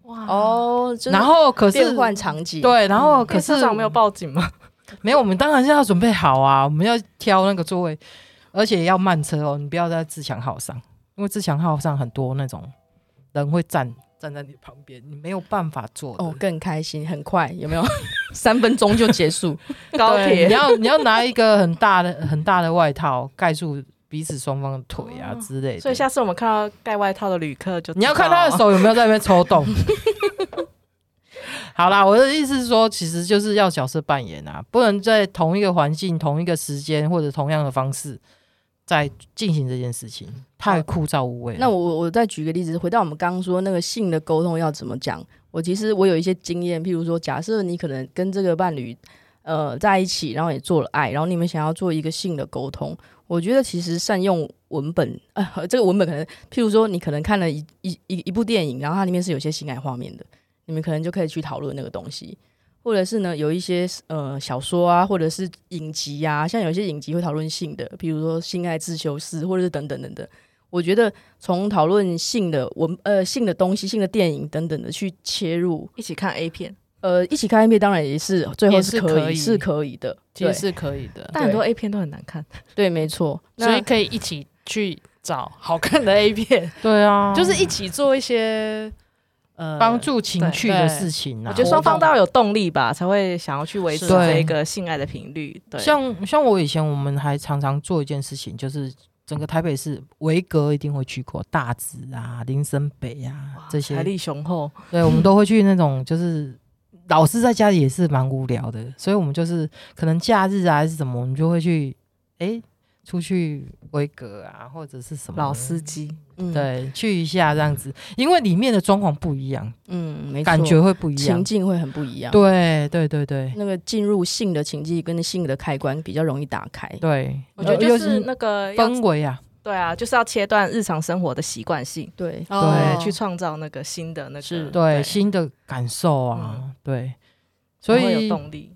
Speaker 2: 哦，就是
Speaker 4: 然后可是
Speaker 2: 变换嗯哎场景，，
Speaker 4: 对，然后可
Speaker 6: 可
Speaker 4: 是
Speaker 6: 是长没有报警吗？
Speaker 4: 没有，我们当然是要准备好啊，我们要挑那个座位，而且要慢车哦，你不要在自强号上，因为自强号上很多那种人会站站在你旁边，你没有办法坐的。
Speaker 2: 哦，更开心，很快，有没 有？三分钟就结束，
Speaker 6: 高
Speaker 4: 对，你
Speaker 6: 铁
Speaker 4: 要你要拿一个很大的很大的外套盖住彼此双方的腿啊之类的。
Speaker 6: 哦所以哦下次我们看到盖外套的旅客就知道
Speaker 4: 你要看他的手有没有在那边抽 动。好啦，我的意思是说，其实就是要角色扮演啊，不能在同一个环境、同一个时间或者同样的方式在进行这件事情，太枯燥无味了。
Speaker 2: 那我我我再举个例子，回到我们刚刚说那个性的沟通要怎么讲？我其实我有一些经验，譬如说，假设你可能跟这个伴侣呃在一起，然后也做了爱，然后你们想要做一个性的沟通，我觉得其实善用文本， 呃，这个文本可能，譬如说你可能看了一一一一部电影，然后它里面是有些性爱画面的，你们可能就可以去讨论那个东西。或者是呢，有一些呃小说啊，或者是影集啊，像有些影集会讨论性的，譬如说性爱自修室，或者是等等等等。我觉得从讨论性的文呃性的东西、性的电影等等的去切入，
Speaker 6: 一起看 A 片，
Speaker 2: 呃，一起看 A 片当然也是最后
Speaker 5: 也
Speaker 2: 是
Speaker 5: 是
Speaker 2: 可
Speaker 5: 可
Speaker 2: 以
Speaker 5: 以
Speaker 2: 是可以的，
Speaker 5: 其实
Speaker 2: 对
Speaker 5: 是可以的，
Speaker 6: 但很多 A 片都很难看。
Speaker 2: 对，没错。
Speaker 5: 所以
Speaker 2: 那
Speaker 5: 可以一起去找好看的 A 片，
Speaker 4: 对
Speaker 2: 哦
Speaker 4: 啊，
Speaker 5: 就是一起做一些呃
Speaker 4: 帮。助情
Speaker 5: 对
Speaker 4: 趣的
Speaker 5: 对
Speaker 4: 事情啊。
Speaker 6: 我觉得双方都要有动力吧，才会想要去维持
Speaker 4: 是对
Speaker 6: 这个性爱的频率。对，
Speaker 4: 像像我以前我们还常常做一件事情，就是整个台北市维格一定会去过，大直啊、林森北啊这些
Speaker 6: 财，力雄厚，
Speaker 4: 对， 我们都会去那种就是。老师在家里也是蛮无聊的，所以我们就是可能假日啊还是什么，我们就会去哎、出去维格啊或者是什么
Speaker 6: 老司机。
Speaker 2: 嗯，，
Speaker 4: 对去一下这样子，因为里面的装潢不一样，
Speaker 2: 嗯，没错，
Speaker 4: 感觉会不一样
Speaker 2: 情。境会很不一
Speaker 6: 啊
Speaker 2: 样。
Speaker 4: 对对对对
Speaker 2: 那个进入性的情境跟性的开关比较容易打开。
Speaker 4: 对，
Speaker 6: 我觉得
Speaker 4: 尤
Speaker 6: 就
Speaker 4: 其
Speaker 6: 是那个要
Speaker 4: 氛围啊，
Speaker 6: 对啊，就是要切断日常生活的习惯性，
Speaker 2: 对，
Speaker 5: 哦
Speaker 6: 对，去创造那个新的那个
Speaker 5: 是
Speaker 4: 对新的感受啊，对，所
Speaker 6: 才会有
Speaker 4: 以
Speaker 6: 动力。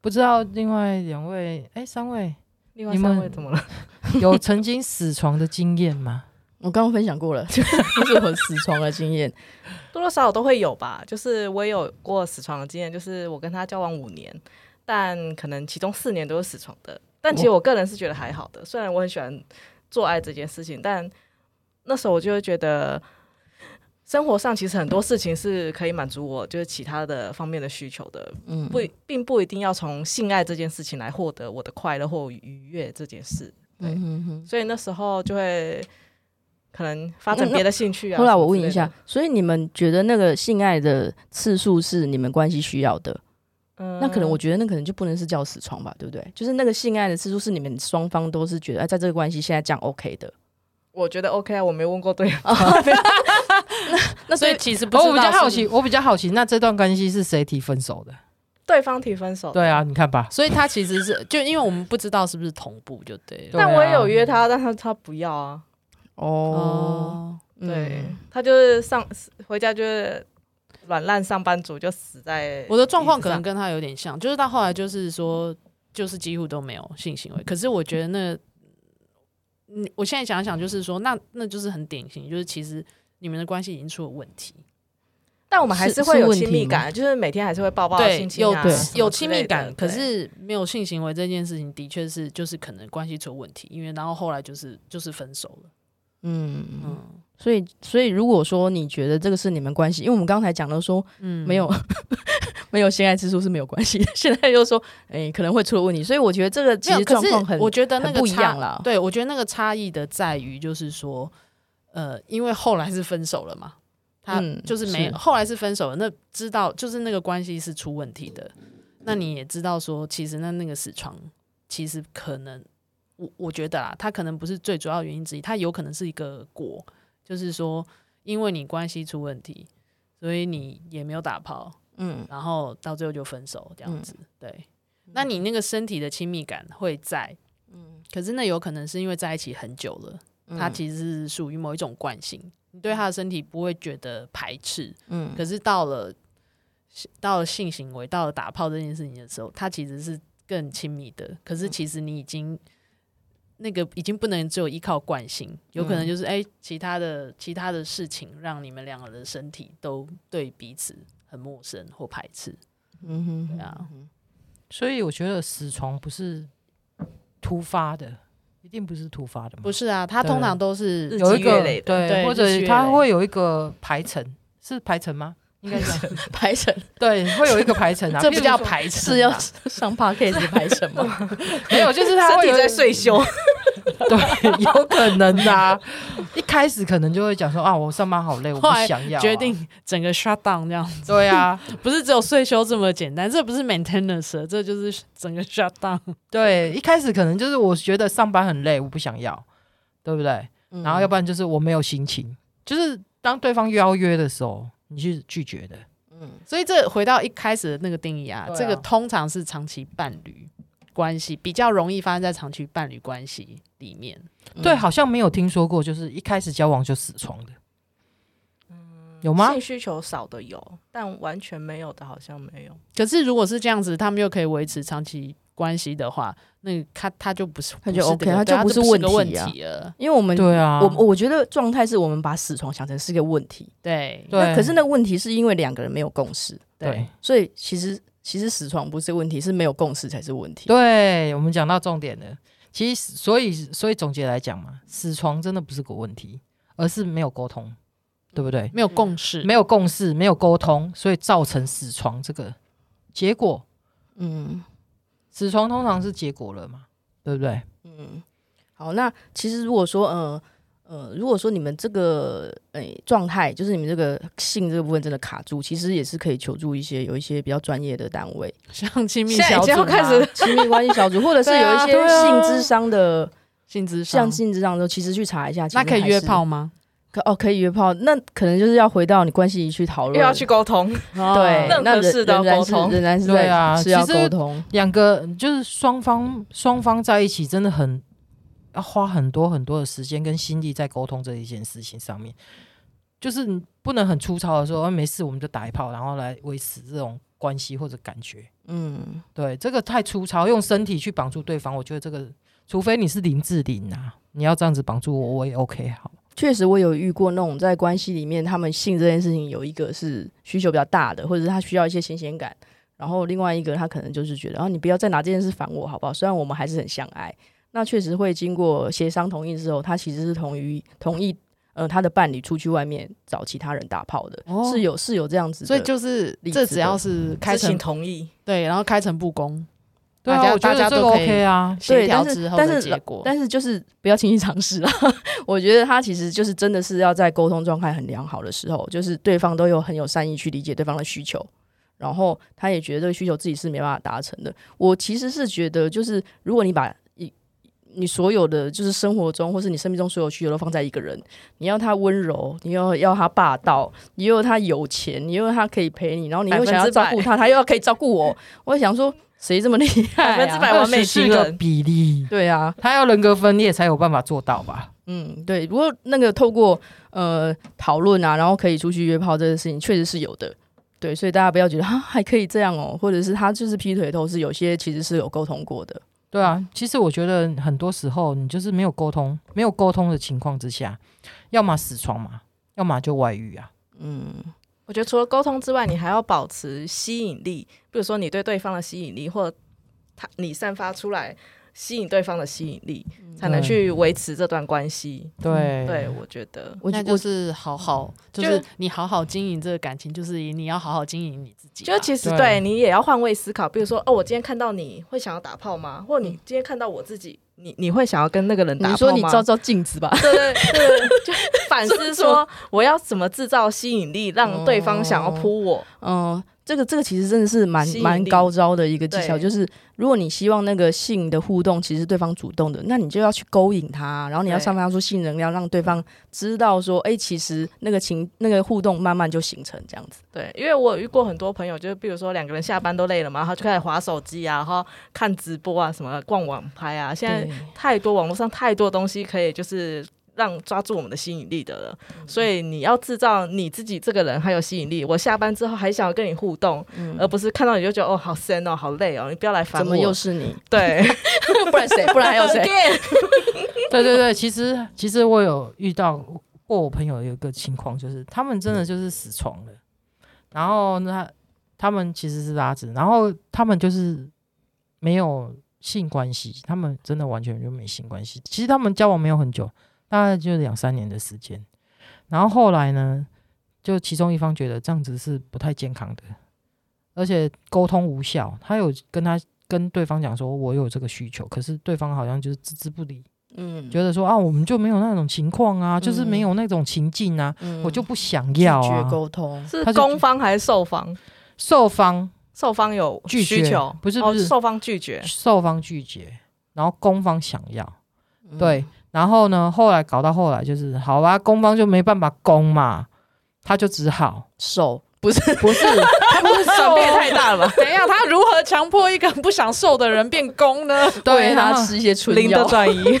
Speaker 4: 不知道另外两位哎三位
Speaker 6: 另外
Speaker 4: 你们
Speaker 6: 三位怎么了？
Speaker 4: 有曾经死床的经验吗？
Speaker 2: 我刚刚分享过了， 就是我死床的经验。
Speaker 6: 多多少少都会有吧。就是我也有过死床的经验，就是我跟他交往五年，但可能其中四年都是死床的。但其实我个人是觉得还好的，虽然我很喜欢做爱这件事情，但那时候我就会觉得。生活上其实很多事情是可以满足我，就是其他的方面的需求的，
Speaker 2: 嗯，
Speaker 6: 不并不一定要从性爱这件事情来获得我的快乐或愉悦这件事。对
Speaker 2: 嗯哼哼。
Speaker 6: 所以那时候就会可能发展别的兴趣啊。
Speaker 2: 后来我
Speaker 6: 什么
Speaker 2: 问
Speaker 6: 之类
Speaker 2: 一下
Speaker 6: 的，，
Speaker 2: 所以你们觉得那个性爱的次数是你们关系需要的？
Speaker 6: 嗯
Speaker 2: 那可能我觉得那可能就不能是叫死床吧，对不对？就是那个性爱的次数是你们双方都是觉得，哎，在这个关系现在这样 OK 的。
Speaker 6: 我觉得 OK 啊，我没问过对方，
Speaker 2: 那
Speaker 5: 所
Speaker 2: 所
Speaker 5: 以
Speaker 2: 以
Speaker 5: 其实不
Speaker 4: 哦，
Speaker 5: 知
Speaker 4: 我比较好
Speaker 5: 道是不
Speaker 4: 奇，
Speaker 5: 是，
Speaker 4: 我比较好奇，那这段关系是谁提分手的？
Speaker 6: 对方提分手。
Speaker 4: 对啊，你看吧，
Speaker 5: 所以他其实是就因为我们不知道是不是同步，就对了。
Speaker 4: 对啊
Speaker 6: 但我也有约他，但他他不要啊。
Speaker 2: 哦，
Speaker 5: 哦，
Speaker 2: 嗯
Speaker 6: 对，他就是上回家就是软烂上班族，就死在
Speaker 5: 我的状况
Speaker 6: 椅
Speaker 5: 可
Speaker 6: 子上
Speaker 5: 能跟他有点像，就是到后来就是说，就是几乎都没有性行为。可是我觉得那，嗯，我现在想想，就是说，那那就是很典型，就是其实你们的关系已经出了问题，
Speaker 6: 但我们还
Speaker 2: 是
Speaker 6: 会有
Speaker 2: 是问题
Speaker 6: 亲密感，就是每天还是会抱抱、
Speaker 5: 对
Speaker 6: 亲，亲
Speaker 5: 有
Speaker 6: 啊
Speaker 2: 对
Speaker 6: 什么之类的
Speaker 5: 有亲密感，可
Speaker 6: 对
Speaker 5: 是没有性行为这件事情，的确是就是可能关系出了问题，因为然后后来就是就是分手了，
Speaker 2: 嗯嗯。
Speaker 5: 嗯
Speaker 2: 所以，所以如果说你觉得这个是你们关系，因为我们刚才讲到说
Speaker 5: 嗯
Speaker 2: 没有、 没有性爱次数是没有关系的，现在又说哎、可能会出了问题，所以我觉得这个其
Speaker 5: 没有，
Speaker 2: 实
Speaker 5: 可
Speaker 2: 状
Speaker 5: 是
Speaker 2: 况很
Speaker 5: 我觉得那
Speaker 2: 很
Speaker 5: 个
Speaker 2: 不一
Speaker 5: 差
Speaker 2: 样啦。
Speaker 5: 对，我觉得那个差异的在于，就是说，呃，因为后来是分手了嘛，他
Speaker 2: 嗯
Speaker 5: 就是没、
Speaker 2: 是
Speaker 5: 后来是分手了，那知道就是那个关系是出问题的，那你也知道说，其实那那个死床其实可能，我我觉得啦，它可能不是最主要原因之一，它有可能是一个果，就是说，因为你关系出问题，所以你也没有打炮，
Speaker 2: 嗯，
Speaker 5: 然后到最后就分手这样
Speaker 2: 嗯
Speaker 5: 子。对，那你那个身体的亲密感会在，嗯，可是那有可能是因为在一起很久了，
Speaker 2: 嗯
Speaker 5: 它其实是属于某一种惯性，你对他的身体不会觉得排斥，
Speaker 2: 嗯
Speaker 5: 可是到了到了性行为，到了打炮这件事情的时候，它其实是更亲密的，可
Speaker 2: 嗯
Speaker 5: 是其实你已经。那个已经不能只有依靠惯性，有
Speaker 2: 嗯
Speaker 5: 可能就是哎、其他的其他的事情让你们两个人的身体都对彼此很陌生或排斥。
Speaker 2: 嗯哼
Speaker 5: 对啊，
Speaker 4: 所以我觉得死床不是突发的，一定不是突发的嘛，
Speaker 5: 不是啊，他通常都是
Speaker 6: 日
Speaker 4: 有一
Speaker 6: 积
Speaker 4: 个
Speaker 6: 月累的
Speaker 5: 对
Speaker 4: 对，或
Speaker 5: 日积
Speaker 4: 者
Speaker 5: 月
Speaker 4: 它
Speaker 5: 累
Speaker 4: 会有一个排程，是排程吗？应该是
Speaker 2: 排程
Speaker 4: 对，会有一个排程啊，
Speaker 5: 这
Speaker 4: 譬
Speaker 5: 不
Speaker 4: 如
Speaker 5: 叫
Speaker 4: 说
Speaker 5: 排斥
Speaker 2: 是要
Speaker 5: 啊
Speaker 2: 上 p a r k a s 排什 么？
Speaker 4: 没有，就是它
Speaker 6: 身
Speaker 4: 会
Speaker 6: 体
Speaker 4: 有
Speaker 6: 在睡休，
Speaker 4: 对，有可能的、啊。一开始可能就会讲说啊，我上班好累，我不
Speaker 5: 后来
Speaker 4: 想要啊、
Speaker 5: 决定整个 shut down 这样，
Speaker 4: 对啊，
Speaker 5: 不是只有税休这么简单，这不是 maintenance，了这就是整个 shut down。
Speaker 4: 对，一开始可能就是我觉得上班很累，我不想要，对不对？
Speaker 6: 嗯
Speaker 4: 然后要不然就是我没有心情，就是当对方邀约的时候，你是拒绝的。
Speaker 5: 所以这回到一开始的那个定义啊，
Speaker 4: 对啊
Speaker 5: 这个通常是长期伴侣关系比较容易发生在长期伴侣关系里面。
Speaker 4: 对，好像没有听说过，就是一开始交往就死床的，有吗
Speaker 6: 性？需求少的有，但完全没有的好像没有。
Speaker 5: 可是如果是这样子，他们又可以维持长期关系的话，那个他他就不是，
Speaker 2: 他就
Speaker 5: 不是
Speaker 2: OK，
Speaker 5: 这个
Speaker 2: 他就
Speaker 5: 对
Speaker 2: 不
Speaker 5: 不
Speaker 2: 是
Speaker 5: 是个
Speaker 2: 问
Speaker 5: 问
Speaker 2: 题啊
Speaker 5: 题了。
Speaker 2: 因为我们
Speaker 4: 对啊，
Speaker 2: 我我觉得状态是我们把死床想成是个问题，
Speaker 5: 对
Speaker 4: 对
Speaker 2: 那可是那个问题是因为两个人没有共识，
Speaker 4: 对
Speaker 2: 所以其实其实死床不是问题，是没有共识才是问题。
Speaker 4: 对，我们讲到重点了。其实所以所以总结来讲嘛，死床真的不是个问题，而是没有沟通，对不对？
Speaker 5: 没有共识，
Speaker 4: 没有共识，没有沟通，所以造成死床这个结果。
Speaker 2: 嗯
Speaker 4: 死床通常是结果了嘛，对不对？
Speaker 2: 嗯，好，那其实如果说呃呃，如果说你们这个诶状态，就是你们这个性这个部分真的卡住，其实也是可以求助一些有一些比较专业的单位，
Speaker 5: 像亲密
Speaker 6: 现在
Speaker 5: 小
Speaker 6: 已
Speaker 5: 组
Speaker 6: 经要
Speaker 5: 啊
Speaker 6: 开始
Speaker 2: 亲密关系小组，或者是
Speaker 5: 对
Speaker 2: 有
Speaker 5: 啊
Speaker 2: 一些
Speaker 5: 对啊
Speaker 2: 性智商的，
Speaker 5: 性之上
Speaker 2: 像，性智商的，其实去查一下，其实
Speaker 5: 嗯那可以
Speaker 2: 还是
Speaker 5: 约炮，吗？
Speaker 2: 可哦可以约炮，那可能就是要回到你关系里去讨论，
Speaker 6: 又要去沟通，
Speaker 2: 对，
Speaker 6: 任
Speaker 2: 那
Speaker 6: 何
Speaker 2: 人
Speaker 6: 事都要
Speaker 2: 仍然
Speaker 6: 沟
Speaker 2: 是
Speaker 6: 通
Speaker 2: 仍然是
Speaker 4: 对啊
Speaker 2: 在是要
Speaker 4: 其实
Speaker 2: 沟通，
Speaker 4: 两个就是双方双方在一起，真的很要花很多很多的时间跟心力在沟通这一件事情上面。就是你不能很粗糙的说，啊、没事，我们就打一炮，然后来维持这种关系或者感觉。
Speaker 2: 嗯。
Speaker 4: 对，这个太粗糙，用身体去绑住对方，我觉得这个，除非你是林志玲啊，你要这样子绑住我，我也 OK 好。
Speaker 2: 确实，我有遇过那种在关系里面，他们性这件事情有一个是需求比较大的，或者是他需要一些新鲜感，然后另外一个他可能就是觉得，然、后啊你不要再拿这件事烦我，好不好？虽然我们还是很相爱，那确实会经过协商同意之后，他其实是同意同意，呃，他的伴侣出去外面找其他人打炮的，
Speaker 5: 哦
Speaker 2: 是有是有这样子的，
Speaker 5: 所以就是
Speaker 2: 理智
Speaker 5: 这
Speaker 2: 的
Speaker 5: 只要是开
Speaker 6: 知情
Speaker 5: 诚
Speaker 6: 同意，
Speaker 5: 对，然后开诚布公，
Speaker 4: 对
Speaker 5: 大
Speaker 4: 啊，
Speaker 5: 家
Speaker 4: 我觉
Speaker 5: 大家
Speaker 4: 得这个
Speaker 5: 都可以
Speaker 4: OK 啊。
Speaker 5: 协
Speaker 2: 对，
Speaker 5: 调
Speaker 2: 但是
Speaker 5: 之后
Speaker 2: 但
Speaker 5: 的
Speaker 2: 是
Speaker 5: 结果。
Speaker 2: 但是就是不要轻易尝试啊！ 我觉得他其实就是真的是要在沟通状态很良好的时候，就是对方都有很有善意去理解对方的需求，然后他也觉得这个需求自己是没办法达成的。我其实是觉得，就是如果你把一你所有的就是生活中或是你生命中所有需求都放在一个人，你要他温柔，你要要他霸道，你又要他有钱，你又要他可以陪你，然后你又想要照顾他，他又要可以照顾我。我想说，谁这么厉害、啊？
Speaker 6: 百分之百完美
Speaker 4: 是
Speaker 6: 情
Speaker 4: 个
Speaker 6: 人，
Speaker 4: 比例，
Speaker 2: 对啊，
Speaker 4: 他要人格分裂才有办法做到吧？
Speaker 2: 嗯，对。不过那个透过呃讨论啊，然后可以出去约炮这个事情，确实是有的。对，所以大家不要觉得啊还可以这样哦，或者是他就是劈腿都是有些其实是有沟通过的。
Speaker 4: 对啊，其实我觉得很多时候你就是没有沟通，没有沟通的情况之下，要么死床嘛，要么就外遇啊。
Speaker 2: 嗯，
Speaker 6: 我觉得除了沟通之外，你还要保持吸引力，比如说你对对方的吸引力，或他你散发出来吸引对方的吸引力，才能去维持这段关系。
Speaker 5: 嗯
Speaker 4: 对
Speaker 6: 对，我觉得
Speaker 2: 我
Speaker 5: 那
Speaker 2: 觉
Speaker 5: 就
Speaker 2: 我嗯
Speaker 5: 是好好，就
Speaker 6: 就是
Speaker 5: 你好好经营这个感情，就是你要好好经营你自己吧。
Speaker 6: 就其实
Speaker 4: 对
Speaker 6: 对你也要换位思考，比如说哦，我今天看到你会想要打炮吗？或你今天看到我自己，你你会想要跟那个人打炮
Speaker 2: 你说
Speaker 6: 吗？
Speaker 2: 你照照镜子吧。
Speaker 6: 对对对，就反思说我要怎么制造吸引力，让对方想要扑我。
Speaker 2: 嗯，这个这个其实真的是蛮
Speaker 6: 吸引
Speaker 2: 蛮
Speaker 6: 力
Speaker 2: 高招的一个技巧，
Speaker 6: 对
Speaker 2: 就是如果你希望那个性的互动，其实对方主动的，那你就要去勾引他，啊然后你要
Speaker 6: 对
Speaker 2: 散发出性能量，让对方知道说，哎、其实那个情那个互动慢慢就形成这样子。
Speaker 6: 对，因为我有遇过很多朋友，就是比如说两个人下班都累了嘛，然后就开始划手机啊，然后看直播啊，什么逛网拍啊。现在
Speaker 2: 对
Speaker 6: 太多网络上太多东西可以就是。让抓住我们的吸引力的了，
Speaker 4: 嗯
Speaker 6: 所以你要制造你自己这个人还有吸引力。我下班之后还想要跟你互动，
Speaker 4: 嗯
Speaker 6: 而不是看到你就觉得哦好深哦好累哦，你不要来烦
Speaker 2: 嗯
Speaker 6: 我。
Speaker 2: 怎么又是你？
Speaker 6: 对，
Speaker 2: 不然谁？不然还有谁？
Speaker 6: Again
Speaker 4: 对对对，其实 其实我有遇到过我朋友有一个情况，就是他们真的就是死床了，然后呢，他们其实是拉子，然后他们就是没有性关系，他们真的完全就没性关系。其实他们交往没有很久，大概就两三年的时间，然后后来呢，就其中一方觉得这样子是不太健康的，而且沟通无效，他有跟他。跟对方讲说，我有这个需求，可是对方好像就是置之不理，
Speaker 2: 嗯，
Speaker 4: 觉得说啊，我们就没有那种情况啊，就是没有那种情境啊，
Speaker 2: 嗯
Speaker 4: 我就不想要
Speaker 2: 拒绝
Speaker 4: 啊。
Speaker 2: 沟通。
Speaker 6: 是
Speaker 4: 他就
Speaker 6: 攻方还是受方？
Speaker 4: 受方
Speaker 6: 受方有
Speaker 4: 拒
Speaker 6: 需
Speaker 4: 绝
Speaker 6: 求，
Speaker 4: 不是
Speaker 6: 哦
Speaker 4: 不是
Speaker 6: 受方拒绝，
Speaker 4: 受方拒绝，然后攻方想要，
Speaker 2: 嗯
Speaker 4: 对，然后呢，后来搞到后来就是好吧，攻方就没办法攻嘛，他就只好
Speaker 2: 手不是
Speaker 4: 不是，他不是
Speaker 6: 转
Speaker 4: 受
Speaker 6: 变
Speaker 4: 哦
Speaker 6: 太大了吧？
Speaker 5: 怎样？他如何强迫一个不想瘦的人变攻呢？
Speaker 4: 对
Speaker 2: 喂
Speaker 4: 然
Speaker 2: 他
Speaker 4: 后
Speaker 2: 吃一些春
Speaker 6: 零的
Speaker 2: 药。
Speaker 6: 转移，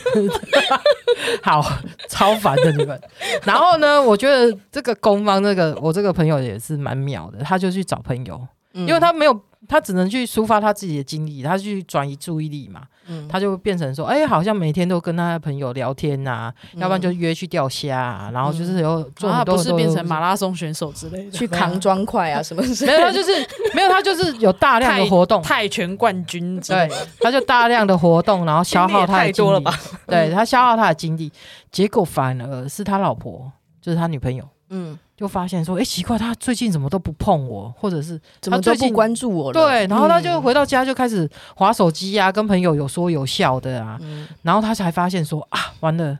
Speaker 4: 好，超烦的你们。然后呢，我觉得这个攻方这个我这个朋友也是蛮妙的，他就去找朋友，
Speaker 2: 因
Speaker 4: 因为他没有他只能去抒发他自己的经历，他去转移注意力嘛，
Speaker 2: 嗯
Speaker 4: 他就会变成说，哎、好像每天都跟他的朋友聊天呐、要不然就约去钓虾、啊，然后就是有做
Speaker 5: 啊
Speaker 4: 很多
Speaker 5: 不
Speaker 4: 很
Speaker 5: 是
Speaker 4: 多
Speaker 5: 变成
Speaker 4: 很多
Speaker 5: 马拉松选手之类的，嗯
Speaker 2: 去扛砖块啊什么 之
Speaker 4: 没
Speaker 2: 类的，
Speaker 4: 有，他就是没有，他就是有大量的活动，
Speaker 5: 泰拳冠军之类
Speaker 4: 对
Speaker 5: 的，，
Speaker 4: 他就大量的活动，然后消耗他的
Speaker 6: 太多了吧？
Speaker 4: 精力？对他消耗他的精力，结果反而是他老婆，就是他女朋友，
Speaker 2: 嗯，
Speaker 4: 就发现说，哎、奇怪，他最近怎么都不碰我，或者是
Speaker 2: 怎么都不关注我了？
Speaker 4: 对，然后他就
Speaker 2: 嗯
Speaker 4: 回到家就开始划手机啊，跟朋友有说有笑的啊，
Speaker 2: 嗯
Speaker 4: 然后他才发现说啊，完了，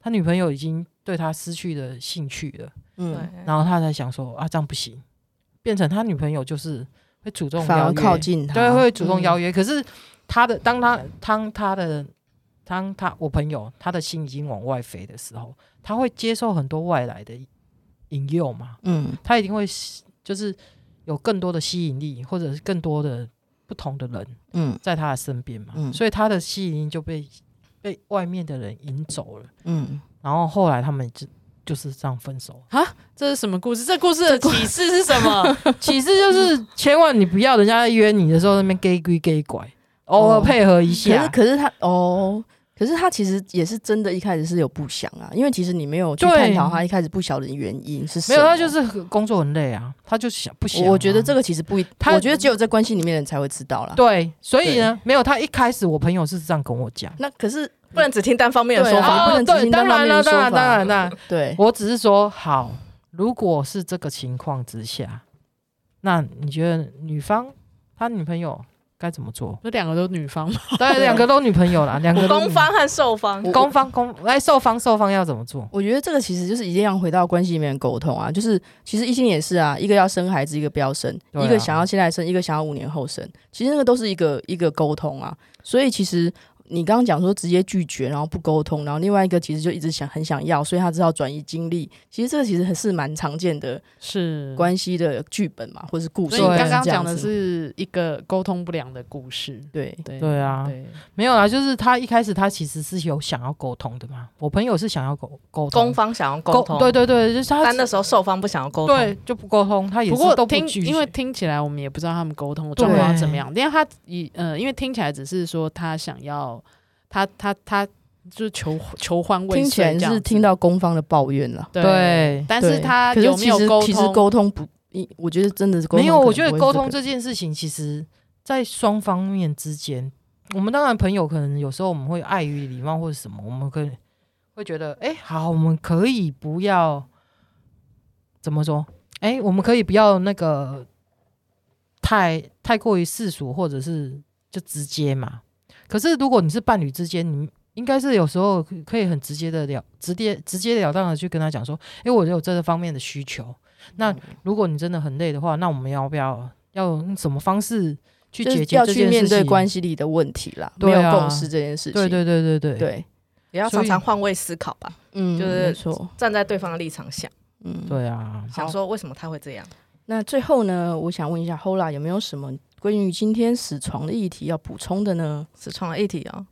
Speaker 4: 他女朋友已经对他失去了兴趣了，
Speaker 2: 嗯，
Speaker 4: 然后他才想说啊，这样不行，变成他女朋友就是会主动
Speaker 2: 反
Speaker 4: 邀
Speaker 2: 而
Speaker 4: 约
Speaker 2: 靠近他，嗯
Speaker 4: 对，会主动邀
Speaker 2: 约，
Speaker 4: 约。可是他的当他当他的当他我朋友他的心已经往外飞的时候，他会接受很多外来的引诱嘛，
Speaker 2: 嗯
Speaker 4: 他一定会吸就是有更多的吸引力，或者是更多的不同的人
Speaker 2: 嗯
Speaker 4: 在他的身边嘛，
Speaker 2: 嗯
Speaker 4: 所以他的吸引力就被被外面的人引走了。
Speaker 2: 嗯，
Speaker 4: 然后后来他们就就是这样分手。
Speaker 5: 这是什么故事？这故事的启示是 什么？？
Speaker 4: 启示就是千万你不要人家在约你的时候在那边 gay 归 gay 拐，偶尔
Speaker 2: 哦
Speaker 4: 配合一
Speaker 2: 可
Speaker 4: 下
Speaker 2: 是。可是他哦。可是他其实也是真的，一开始是有不想啊，因为其实你没有去
Speaker 4: 对
Speaker 2: 探讨他一开始不晓得的原因是什
Speaker 4: 没
Speaker 2: 么。
Speaker 4: 有，他就是很工作很累啊，他就想不想啊、
Speaker 2: 我我觉得这个其实不一，
Speaker 4: 他
Speaker 2: 我觉得只有在关系里面的人才会知道啦。
Speaker 4: 对，所以呢，没有他一开始我朋友是这样跟我讲。
Speaker 2: 那可是
Speaker 6: 不能只听单方面
Speaker 2: 对
Speaker 6: 的说
Speaker 2: 啊
Speaker 6: 法。
Speaker 2: 不能只
Speaker 4: 对，
Speaker 2: 听单
Speaker 4: 当然
Speaker 2: 方面
Speaker 4: 了，
Speaker 2: 的
Speaker 4: 当
Speaker 2: 说
Speaker 4: 然，
Speaker 2: 法
Speaker 4: 当然，当然，
Speaker 2: 对，
Speaker 4: 我只是说，好，如果是这个情况之下，那你觉得女方她女朋友该怎么做
Speaker 5: 这两个都女方嘛，
Speaker 4: 对，两个都女朋友啦，两个都
Speaker 6: 攻方和受方，
Speaker 4: 女攻方攻来受方受方要怎么做？
Speaker 2: 我觉得这个其实就是一定要回到关系里面的沟通啊，就是其实异性恋也是啊，一个要生孩子，一个不要生，
Speaker 4: 对啊
Speaker 2: 一个想要现在生，一个想要五年后生，其实那个都是一个一个沟通啊。所以其实你刚刚讲说直接拒绝，然后不沟通，然后另外一个其实就一直想很想要，所以他知道转移精力。其实这个其实还是蛮常见的
Speaker 5: 是
Speaker 2: 关系的剧本嘛，或是故事。
Speaker 5: 所以你刚刚
Speaker 2: 这样
Speaker 5: 讲的
Speaker 2: 子
Speaker 5: 是一个沟通不良的故事，
Speaker 2: 对，
Speaker 5: 对
Speaker 4: 对啊，
Speaker 5: 对，
Speaker 4: 没有啦，就是他一开始他其实是有想要沟通的嘛，我朋友是想要沟沟通
Speaker 6: 攻方想要沟通，
Speaker 4: 对，对对，就是他
Speaker 6: 但那时候受方不想要沟通。
Speaker 4: 对，就不沟通，他也
Speaker 5: 不
Speaker 4: 是
Speaker 5: 过
Speaker 4: 都不
Speaker 5: 听，
Speaker 4: 拒绝
Speaker 5: 因为听起来我们也不知道他们沟通的状况
Speaker 4: 对
Speaker 5: 是怎么样，因为他以呃，因为听起来只是说他想要，他他他就是求求欢未遂
Speaker 2: 听起来
Speaker 5: 这样
Speaker 2: 是
Speaker 5: 子
Speaker 2: 听到攻方的抱怨了。
Speaker 5: 对，
Speaker 4: 对
Speaker 5: 但是
Speaker 2: 对
Speaker 5: 他
Speaker 2: 可是
Speaker 5: 有没
Speaker 2: 其
Speaker 5: 有
Speaker 2: 实
Speaker 5: 沟
Speaker 2: 其实
Speaker 5: 通？
Speaker 2: 沟通不，一我觉得真的是沟通
Speaker 4: 没有，
Speaker 2: 可能
Speaker 4: 我觉得
Speaker 2: 不会
Speaker 4: 沟
Speaker 2: 这
Speaker 4: 通
Speaker 2: 个
Speaker 4: 这件事情，其实在双方面之间，我们当然朋友可能有时候我们会碍于礼貌或者什么，我们可以会觉得，哎、好，我们可以不要怎么说？哎、我们可以不要那个太太过于世俗，或者是就直接嘛。可是如果你是伴侣之间，你应该是有时候可以很直接的了，直接直截了当的去跟他讲说，哎、我有这方面的需求。
Speaker 6: 嗯
Speaker 4: 那如果你真的很累的话，那我们要不要要用什么方式去
Speaker 2: 就是
Speaker 4: 解决
Speaker 2: 要
Speaker 4: 这
Speaker 2: 去
Speaker 4: 件
Speaker 2: 面
Speaker 4: 事
Speaker 2: 对
Speaker 4: 情？
Speaker 2: 关系里的问题啦，
Speaker 4: 对啊
Speaker 2: 没有共识这件事情。
Speaker 4: 对对对对对，
Speaker 2: 对，
Speaker 6: 也要
Speaker 4: 所
Speaker 6: 常
Speaker 4: 以
Speaker 6: 常换位思考吧，
Speaker 2: 嗯，
Speaker 6: 就是
Speaker 2: 没错，
Speaker 6: 站在对方的立场想，
Speaker 2: 嗯，。
Speaker 4: 对啊，
Speaker 6: 想说为什么他会这样。
Speaker 2: 那最后呢，我想问一下 Hola 有没有什么关于今天死床的议题要补充的呢？
Speaker 6: 只创了一题哦，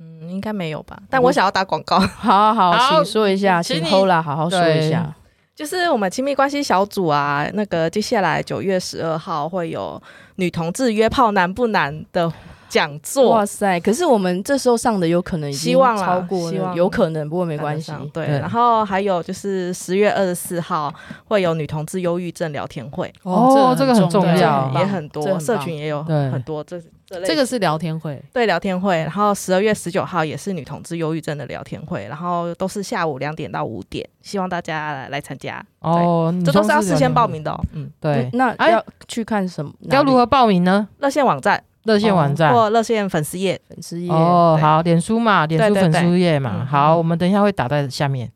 Speaker 6: 嗯，应该没有吧？但我想要打广告，
Speaker 2: 好好，
Speaker 4: 好
Speaker 2: 请说一下，
Speaker 4: 请
Speaker 2: 请
Speaker 4: 你
Speaker 2: Hola 好好说一下。
Speaker 6: 就是我们亲密关系小组啊，那个接下来九月十二号会有女同志约炮难不难的讲座
Speaker 2: 哇，塞！可是我们这时候上的有可能已经
Speaker 6: 希望啦
Speaker 2: 超过
Speaker 6: 希
Speaker 2: 了，
Speaker 6: 望
Speaker 2: 有可能，不过没关系
Speaker 6: 赶得。上对，
Speaker 4: 对
Speaker 6: 然后还有就是十月二十四号会有女同志忧郁症聊天会，
Speaker 4: 哦，这
Speaker 5: 这
Speaker 4: 个
Speaker 5: 个
Speaker 4: 很
Speaker 5: 很
Speaker 4: 重
Speaker 5: 重
Speaker 4: 要
Speaker 5: 要
Speaker 6: 也
Speaker 5: 棒
Speaker 6: 很
Speaker 5: 这很
Speaker 6: 多，
Speaker 5: 棒
Speaker 6: 社群也有
Speaker 4: 对
Speaker 6: 很多这这类
Speaker 5: 这个是聊天会，
Speaker 6: 对聊天会，然后十二月十九号也是女同志忧郁症的聊天会，然后都是下午两点到五点，希望大家来来参加，
Speaker 4: 哦，你
Speaker 6: 这都是要
Speaker 4: 同事
Speaker 6: 事
Speaker 4: 有
Speaker 6: 先
Speaker 4: 那
Speaker 6: 报
Speaker 4: 个。
Speaker 6: 名的哦。嗯，
Speaker 4: 对，
Speaker 2: 那
Speaker 4: 哎
Speaker 2: 要去看什么？
Speaker 4: 要如
Speaker 2: 哪
Speaker 4: 何报名呢？
Speaker 6: 热线网站哦
Speaker 4: 热线网站
Speaker 6: 或热线粉丝页，
Speaker 2: 里粉丝页？
Speaker 4: 哦，
Speaker 6: 对
Speaker 4: 好，脸书嘛，脸书
Speaker 6: 对对
Speaker 4: 粉
Speaker 6: 对
Speaker 4: 丝页嘛，
Speaker 6: 嗯
Speaker 4: 好，我们等一下会打在下面，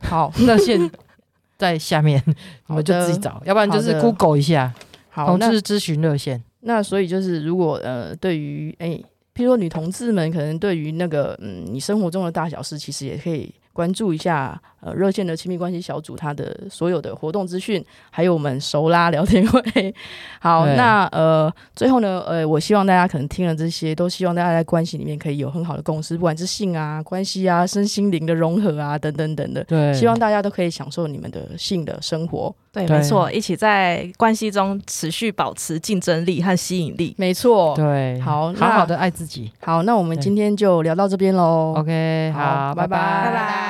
Speaker 2: 好
Speaker 4: 热线在下 面，你
Speaker 2: 好
Speaker 4: 们就
Speaker 2: 的
Speaker 4: 自己找，要不然就
Speaker 2: 好
Speaker 4: 是
Speaker 2: 的
Speaker 4: Google 一下
Speaker 2: 好，
Speaker 4: 同
Speaker 2: 那
Speaker 4: 志咨询热线，
Speaker 2: 那所以就是，如果呃，对于哎，譬如说女同志们，可能对于那个嗯，你生活中的大小事，其实也可以
Speaker 6: 关注一下呃热线的亲密关系小组它的所有的活动资讯，还有我们熟拉聊天会。 好，
Speaker 4: 对
Speaker 6: 那呃最后呢，呃我希望大家可能听了这些，都希望大家在关系里面可以有很好的共识，不管是性啊、关系啊、身心灵的融合啊等等等的。
Speaker 4: 对，
Speaker 6: 希望大家都可以享受你们的性的生活。
Speaker 7: 对，
Speaker 4: 对
Speaker 7: 没错，一起在关系中持续保持竞争力和吸引力。
Speaker 6: 没错，
Speaker 4: 对
Speaker 6: 好
Speaker 4: 好
Speaker 6: 那
Speaker 4: 好的爱自己。
Speaker 6: 好，那我们
Speaker 4: 对
Speaker 6: 今天就聊到这边喽。
Speaker 4: OK，好，
Speaker 6: 好拜拜
Speaker 7: 拜拜。